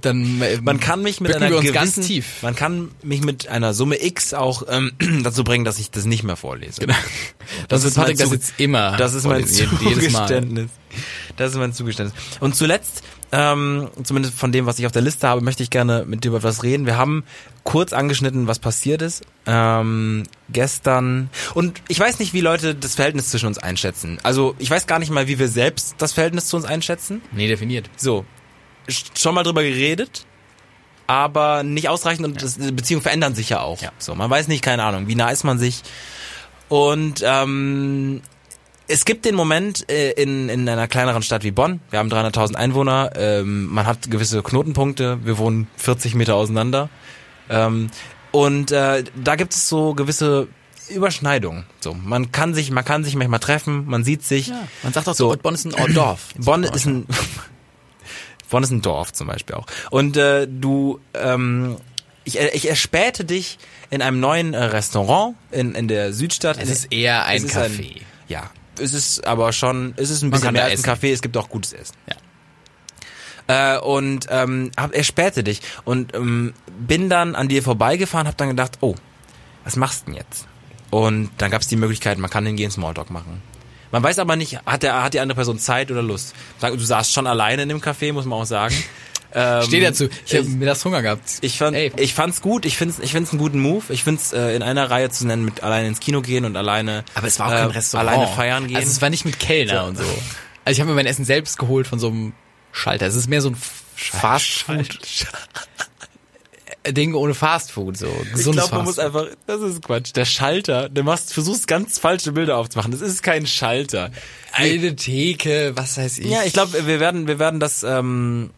dann äh,
Man kann mich mit
bücken
einer
wir uns
gewissen,
ganz tief.
Man kann mich mit einer Summe X auch ähm, dazu bringen, dass ich das nicht mehr vorlese. Genau.
Das, wird Patrick das
Zuge-
jetzt immer.
Das ist mein
vorlesen, je- jedes Mal.
Zugeständnis. Das ist mein Zugeständnis. Und zuletzt, ähm, zumindest von dem, was ich auf der Liste habe, möchte ich gerne mit dir über was reden. Wir haben kurz angeschnitten, was passiert ist. Ähm, gestern. Und ich weiß nicht, wie Leute das Verhältnis zwischen uns einschätzen. Also ich weiß gar nicht mal, wie wir selbst das Verhältnis zu uns einschätzen.
Nee, definiert.
So, sch- schon mal drüber geredet, aber nicht ausreichend und das, Beziehungen verändern sich ja auch.
Ja.
So, man weiß nicht, keine Ahnung, wie nah ist man sich. Und ähm, es gibt den Moment äh, in, in einer kleineren Stadt wie Bonn, wir haben 300.000 Einwohner, ähm, man hat gewisse Knotenpunkte, wir wohnen 40 Meter auseinander. Ähm, und äh, da gibt es so gewisse Überschneidungen. So, man kann sich, man kann sich manchmal treffen, man sieht sich.
Man sagt auch
So.
so, Bonn ist ein Ort- Dorf.
Bonn ist ein Bonn ist ein Dorf zum Beispiel auch. Und äh, du, ähm, ich, äh, ich erspähte dich in einem neuen äh, Restaurant in, in der Südstadt.
Es
In-
ist eher ein
es ist
Café.
ja, es ist aber schon, es ist ein
Man
bisschen
kann
mehr
da
als ein
essen.
Café. Es gibt auch gutes Essen. Ja. Äh, und ähm, hab, erspähte dich und ähm, bin dann an dir vorbeigefahren, hab dann gedacht, oh, was machst du denn jetzt? Und dann gab es die Möglichkeit, man kann hingehen, Smalltalk machen. Man weiß aber nicht, hat, der, hat die andere Person Zeit oder Lust. Sag- Du saßt schon alleine in dem Café, muss man auch sagen. Ähm,
Steh dazu. Ich habe mir das Hunger gehabt.
ich fand,
Ey.
ich fand's gut. Ich find's, ich find's einen guten Move. Ich find's äh, in einer Reihe zu nennen mit alleine ins Kino gehen und alleine. äh, Alleine feiern gehen.
Also es war nicht mit Kellner und so. Also ich habe mir mein Essen selbst geholt von so einem Schalter. Es ist mehr so ein Fastfood-Ding Äh, ohne Fastfood, so
ich
gesundes
glaube, man muss
Fastfood.
einfach, das ist Quatsch. Der Schalter, du machst, versuchst ganz falsche Bilder aufzumachen. Das ist kein Schalter.
Eine Theke, was weiß ich.
Ja, ich glaube, wir werden, wir werden das, ähm,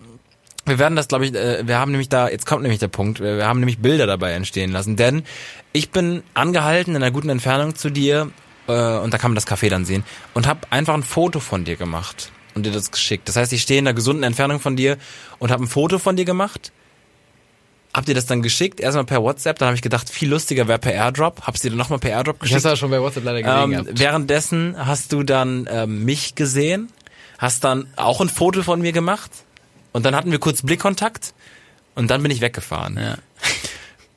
wir werden das, glaube ich, äh, wir haben nämlich da, jetzt kommt nämlich der Punkt, wir, wir haben nämlich Bilder dabei entstehen lassen, denn ich bin angehalten in einer guten Entfernung zu dir äh, und da kann man das Café dann sehen und habe einfach ein Foto von dir gemacht und dir das geschickt. Das heißt, ich stehe in einer gesunden Entfernung von dir und habe ein Foto von dir gemacht. Hab dir das dann geschickt, erstmal per WhatsApp, dann habe ich gedacht, viel lustiger wäre per Airdrop. Hab's dir dann nochmal per Airdrop
ich hab's
geschickt.
aber schon bei WhatsApp leider gesehen
Ähm,
gehabt.
währenddessen hast du dann ähm, mich gesehen, hast dann auch ein Foto von mir gemacht und dann hatten wir kurz Blickkontakt und dann bin ich weggefahren.
Ja.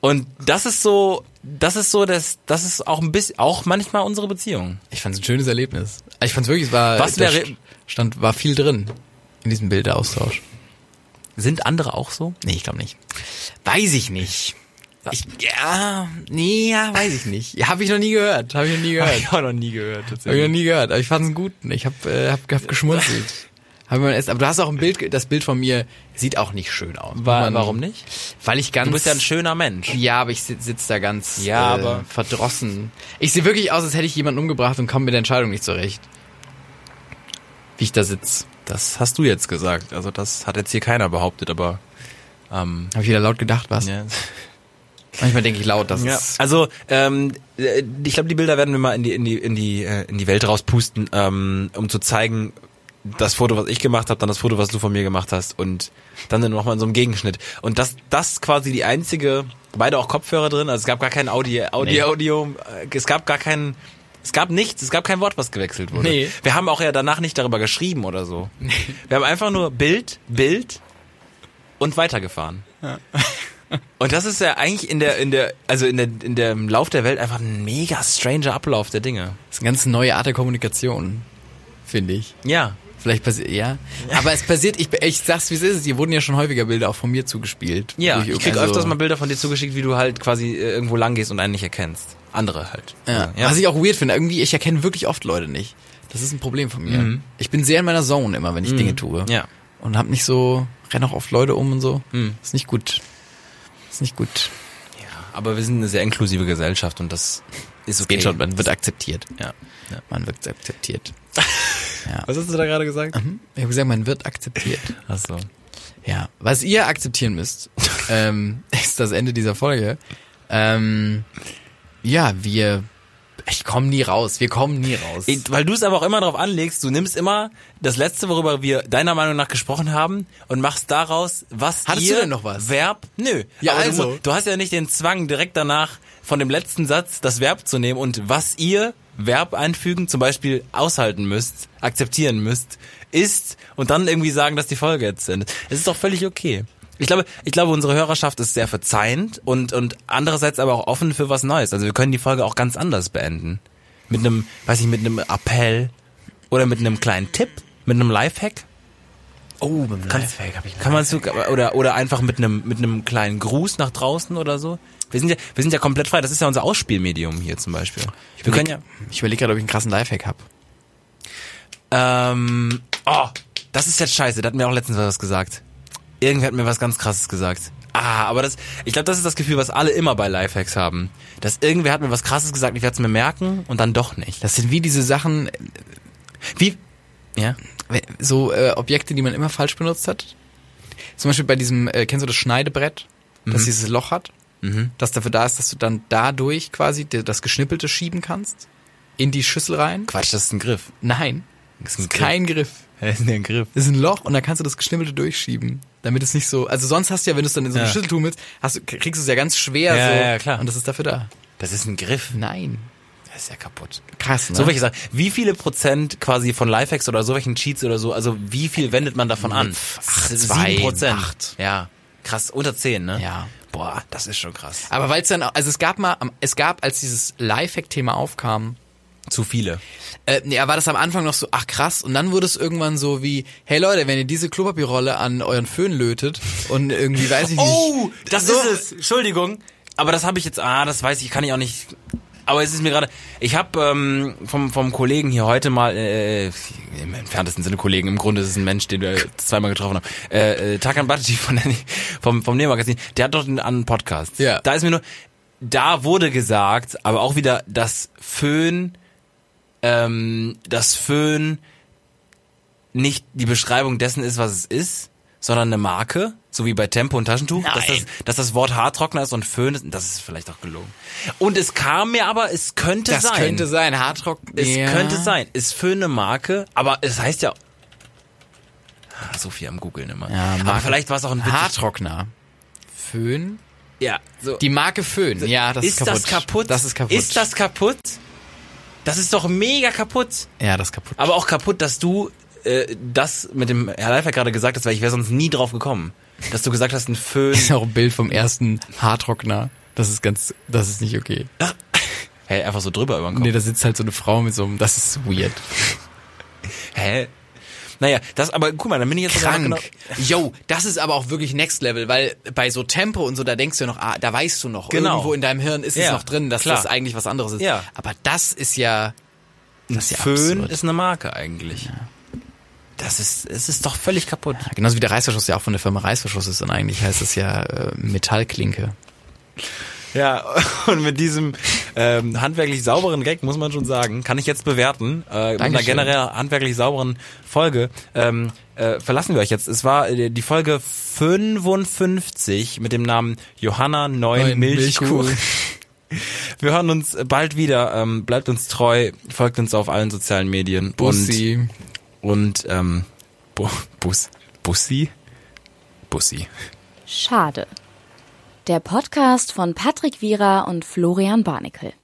Und das ist so, das ist so, das, das ist auch ein bisschen, auch manchmal unsere Beziehung.
Ich fand's ein schönes Erlebnis. Ich fand's wirklich, es war
Was
da
wäre-
stand war viel drin in diesem Bilderaustausch.
Sind andere auch so?
Nee, ich glaube nicht. Weiß ich nicht. Ich, ja, nee, ja, weiß ich nicht. Ja, Habe ich noch nie gehört. Habe ich noch nie gehört.
auch noch nie gehört.
Habe ich noch nie gehört, aber ich fand es einen guten. Ich habe äh, hab, hab geschmunzelt. hab mir mein Essen, aber du hast auch ein Bild, ge- das Bild von mir sieht auch nicht schön aus.
Wa-
Muss man-
warum nicht?
Weil ich ganz...
Du bist ja ein schöner Mensch.
ja, aber ich sitze sitz da ganz
Ja,
äh,
aber-
verdrossen. Ich sehe wirklich aus, als hätte ich jemanden umgebracht und komme mit der Entscheidung nicht zurecht. Wie ich da sitz.
Das hast du jetzt gesagt. Also das hat jetzt hier keiner behauptet, aber ähm,
Habe ich wieder laut gedacht, was?
ja.
Manchmal denke ich laut, dass
Ja,
es...
also ähm, äh, ich glaube, die Bilder werden wir mal in die in die in die äh, in die Welt rauspusten, ähm, um zu zeigen, das Foto, was ich gemacht habe, dann das Foto, was du von mir gemacht hast und dann sind wir nochmal in so einem Gegenschnitt. Und das das quasi die einzige, beide auch Kopfhörer drin, also es gab gar kein Audio, Audio,
Nee.
Audio, äh, es gab gar keinen, es gab nichts, es gab kein Wort, was gewechselt wurde.
Nee.
Wir haben auch ja danach nicht darüber geschrieben oder so. Wir haben einfach nur Bild, Bild und weitergefahren. Und das ist ja eigentlich in der, in der, also in der, in dem Lauf der Welt einfach ein mega stranger Ablauf der Dinge.
Das ist eine ganz neue Art der Kommunikation, finde ich.
Ja.
Vielleicht passiert, ja. Aber es passiert, ich, ich sag's wie es ist, dir wurden ja schon häufiger Bilder auch von mir zugespielt.
Ja.
Durch
Ich krieg
irgend- also
öfters mal Bilder von dir zugeschickt, wie du halt quasi äh, irgendwo lang gehst und einen nicht erkennst. Andere halt.
Ja.
Ja.
Was ich auch weird finde, irgendwie, ich erkenne wirklich oft Leute nicht. Das ist ein Problem von mir. Ich bin sehr in meiner Zone immer, wenn ich Dinge tue.
Ja.
Und hab nicht so, renn auch oft Leute um und so. Ist nicht gut. Ist nicht gut.
Aber wir sind eine sehr inklusive Gesellschaft und Also- das ist okay.
Geht schon, man wird akzeptiert.
Ja. ja.
Man wird akzeptiert. Hm?
Was hast du da gerade gesagt?
Ich habe gesagt, man wird akzeptiert.
Ach so.
Ja, was ihr akzeptieren müsst, ähm, ist das Ende dieser Folge. Ähm, ja, wir, ich komme nie raus, wir kommen nie raus.
Ich- Weil du es aber auch immer darauf anlegst, du nimmst immer das letzte, worüber wir deiner Meinung nach gesprochen haben und machst daraus, was
Hattest
ihr
du denn noch was?
Verb? Nö.
Ja,
Aber
also.
Du, du hast ja nicht den Zwang, direkt danach von dem letzten Satz das Verb zu nehmen und was ihr Verb einfügen, zum Beispiel aushalten müsst, akzeptieren müsst, ist und dann irgendwie sagen, dass die Folge jetzt sind. Es ist doch völlig okay. Ich glaube, ich glaube, unsere Hörerschaft ist sehr verzeihend und, und andererseits aber auch offen für was Neues. Also wir können die Folge auch ganz anders beenden. Mit einem, weiß ich, mit einem Appell oder mit einem kleinen Tipp, mit einem Lifehack.
Oh, beim
Kann,
Lifehack habe ich
kann man so, oder, oder einfach mit einem, mit einem kleinen Gruß nach draußen oder so. Wir sind ja, wir sind ja komplett frei. Das ist ja unser Ausspielmedium hier zum Beispiel. Wir können ja,
Ich überlege gerade, ob ich einen krassen Lifehack habe.
ähm, oh, das ist jetzt scheiße. Da hat mir auch letztens was gesagt. Irgendwer hat mir was ganz krasses gesagt. Ah, aber das, ich glaube, das ist das Gefühl, was alle immer bei Lifehacks haben. Dass irgendwer hat mir was krasses gesagt, ich werde es mir merken und dann doch nicht.
Das sind wie diese Sachen,
Wie? Ja.
äh, so äh, Objekte, die man immer falsch benutzt hat. Zum Beispiel bei diesem, äh, kennst du das Schneidebrett, das
Mhm.
dieses Loch hat, das dafür da ist, dass du dann dadurch quasi dir das Geschnippelte schieben kannst in die Schüssel rein.
Quatsch, das ist ein Griff.
Nein,
Das
ist kein Griff.
Das ist ein Griff.
Das ist ein Loch und da kannst du das Geschnippelte durchschieben, damit es nicht so. Also sonst hast du ja, wenn du es dann in so eine
Ja.
Schüssel tummelst, hast, du- kriegst du es ja ganz schwer
Ja,
so.
ja, klar.
Und das ist dafür da.
Das ist ein Griff.
Nein.
Das ist ja kaputt.
Krass, ne?
So welche Sachen. Wie viele Prozent quasi von Lifehacks oder so welchen Cheats oder so, also wie viel wendet man davon an?
Ach,
Sieben
zwei,
Prozent.
acht.
Ja. Krass, unter zehn, ne?
Ja.
Boah, das ist schon krass.
Aber weil es dann, auch- also es gab mal, am- es gab, als dieses Lifehack-Thema aufkam,
Zu viele.
äh, nee, war das am Anfang noch so, ach krass, und dann wurde es irgendwann so wie, hey Leute, wenn ihr diese Klopapierrolle an euren Föhn lötet und irgendwie, weiß ich
Oh,
nicht.
das
so,
ist es. Entschuldigung. Aber das habe ich jetzt, ah, das weiß ich, kann ich auch nicht. Aber es ist mir gerade, ich habe ähm, vom, vom Kollegen hier heute mal, äh, im entferntesten Sinne Kollegen, im Grunde ist es ein Mensch, den wir zweimal getroffen haben, äh, äh, Takan Bhattici von der, vom, vom Nähmagazin, der hat dort einen anderen Podcast.
Ja.
Da ist mir nur, da wurde gesagt, aber auch wieder, das Föhn, ähm, das Föhn nicht die Beschreibung dessen ist, was es ist, sondern eine Marke, so wie bei Tempo und Taschentuch, dass das,
Nein.
dass das Wort Haartrockner ist und Föhn ist, das ist vielleicht auch gelogen. Und es kam mir aber, es könnte
Das
sein.
könnte sein, Hardrock.
Es könnte sein. Ist Föhn eine Marke, aber es heißt ja. Ah, So viel am Googeln immer.
Ja,
aber
Marke.
vielleicht war es auch ein Witz.
Haartrockner. Föhn?
Ja, so.
Die Marke Föhn, ja, das ist
ist
kaputt.
das kaputt?
Das ist kaputt.
Ist das kaputt? Das ist doch mega kaputt.
ja, das ist kaputt.
Aber auch kaputt, dass du äh, das mit dem Herr Leifert gerade gesagt hast, weil ich wäre sonst nie drauf gekommen. Dass du gesagt hast, ein Föhn.
ist auch ein Bild vom ersten Haartrockner. Das ist ganz, das ist nicht okay.
Hä, einfach so drüber über den Kopf.
Nee, da sitzt halt so eine Frau mit so einem, das ist weird.
Hä? Naja, das, aber guck mal, dann bin ich jetzt sogar noch
krank.
genau.
Yo, das ist aber auch wirklich Next Level, weil bei so Tempo und so, da denkst du noch, ah, da weißt du noch,
Genau.
irgendwo in deinem Hirn ist es
Ja,
noch drin, dass
klar.
das eigentlich was anderes ist.
Ja.
Aber das ist ja, das ist ja
Föhn
absurd.
ist eine Marke eigentlich. Das ist, es ist doch völlig kaputt.
Ja, genauso wie der Reißverschluss ja auch von der Firma Reißverschluss ist und eigentlich heißt es ja äh, Metallklinke.
Ja, und mit diesem ähm, handwerklich sauberen Gag muss man schon sagen, kann ich jetzt bewerten. Äh, mit einer
Dankeschön.
generell handwerklich sauberen Folge ähm, äh, verlassen wir euch jetzt. Es war äh, die Folge 55 mit dem Namen Johanna Neun
Neun
Milchkuh.
Milchkuh.
Wir hören uns bald wieder. Ähm, bleibt uns treu, folgt uns auf allen sozialen Medien
Bussi.
und und ähm, Bu Bus Bussi Bussi.
Schade. Der Podcast von Patrick Wierer und Florian Barnikel.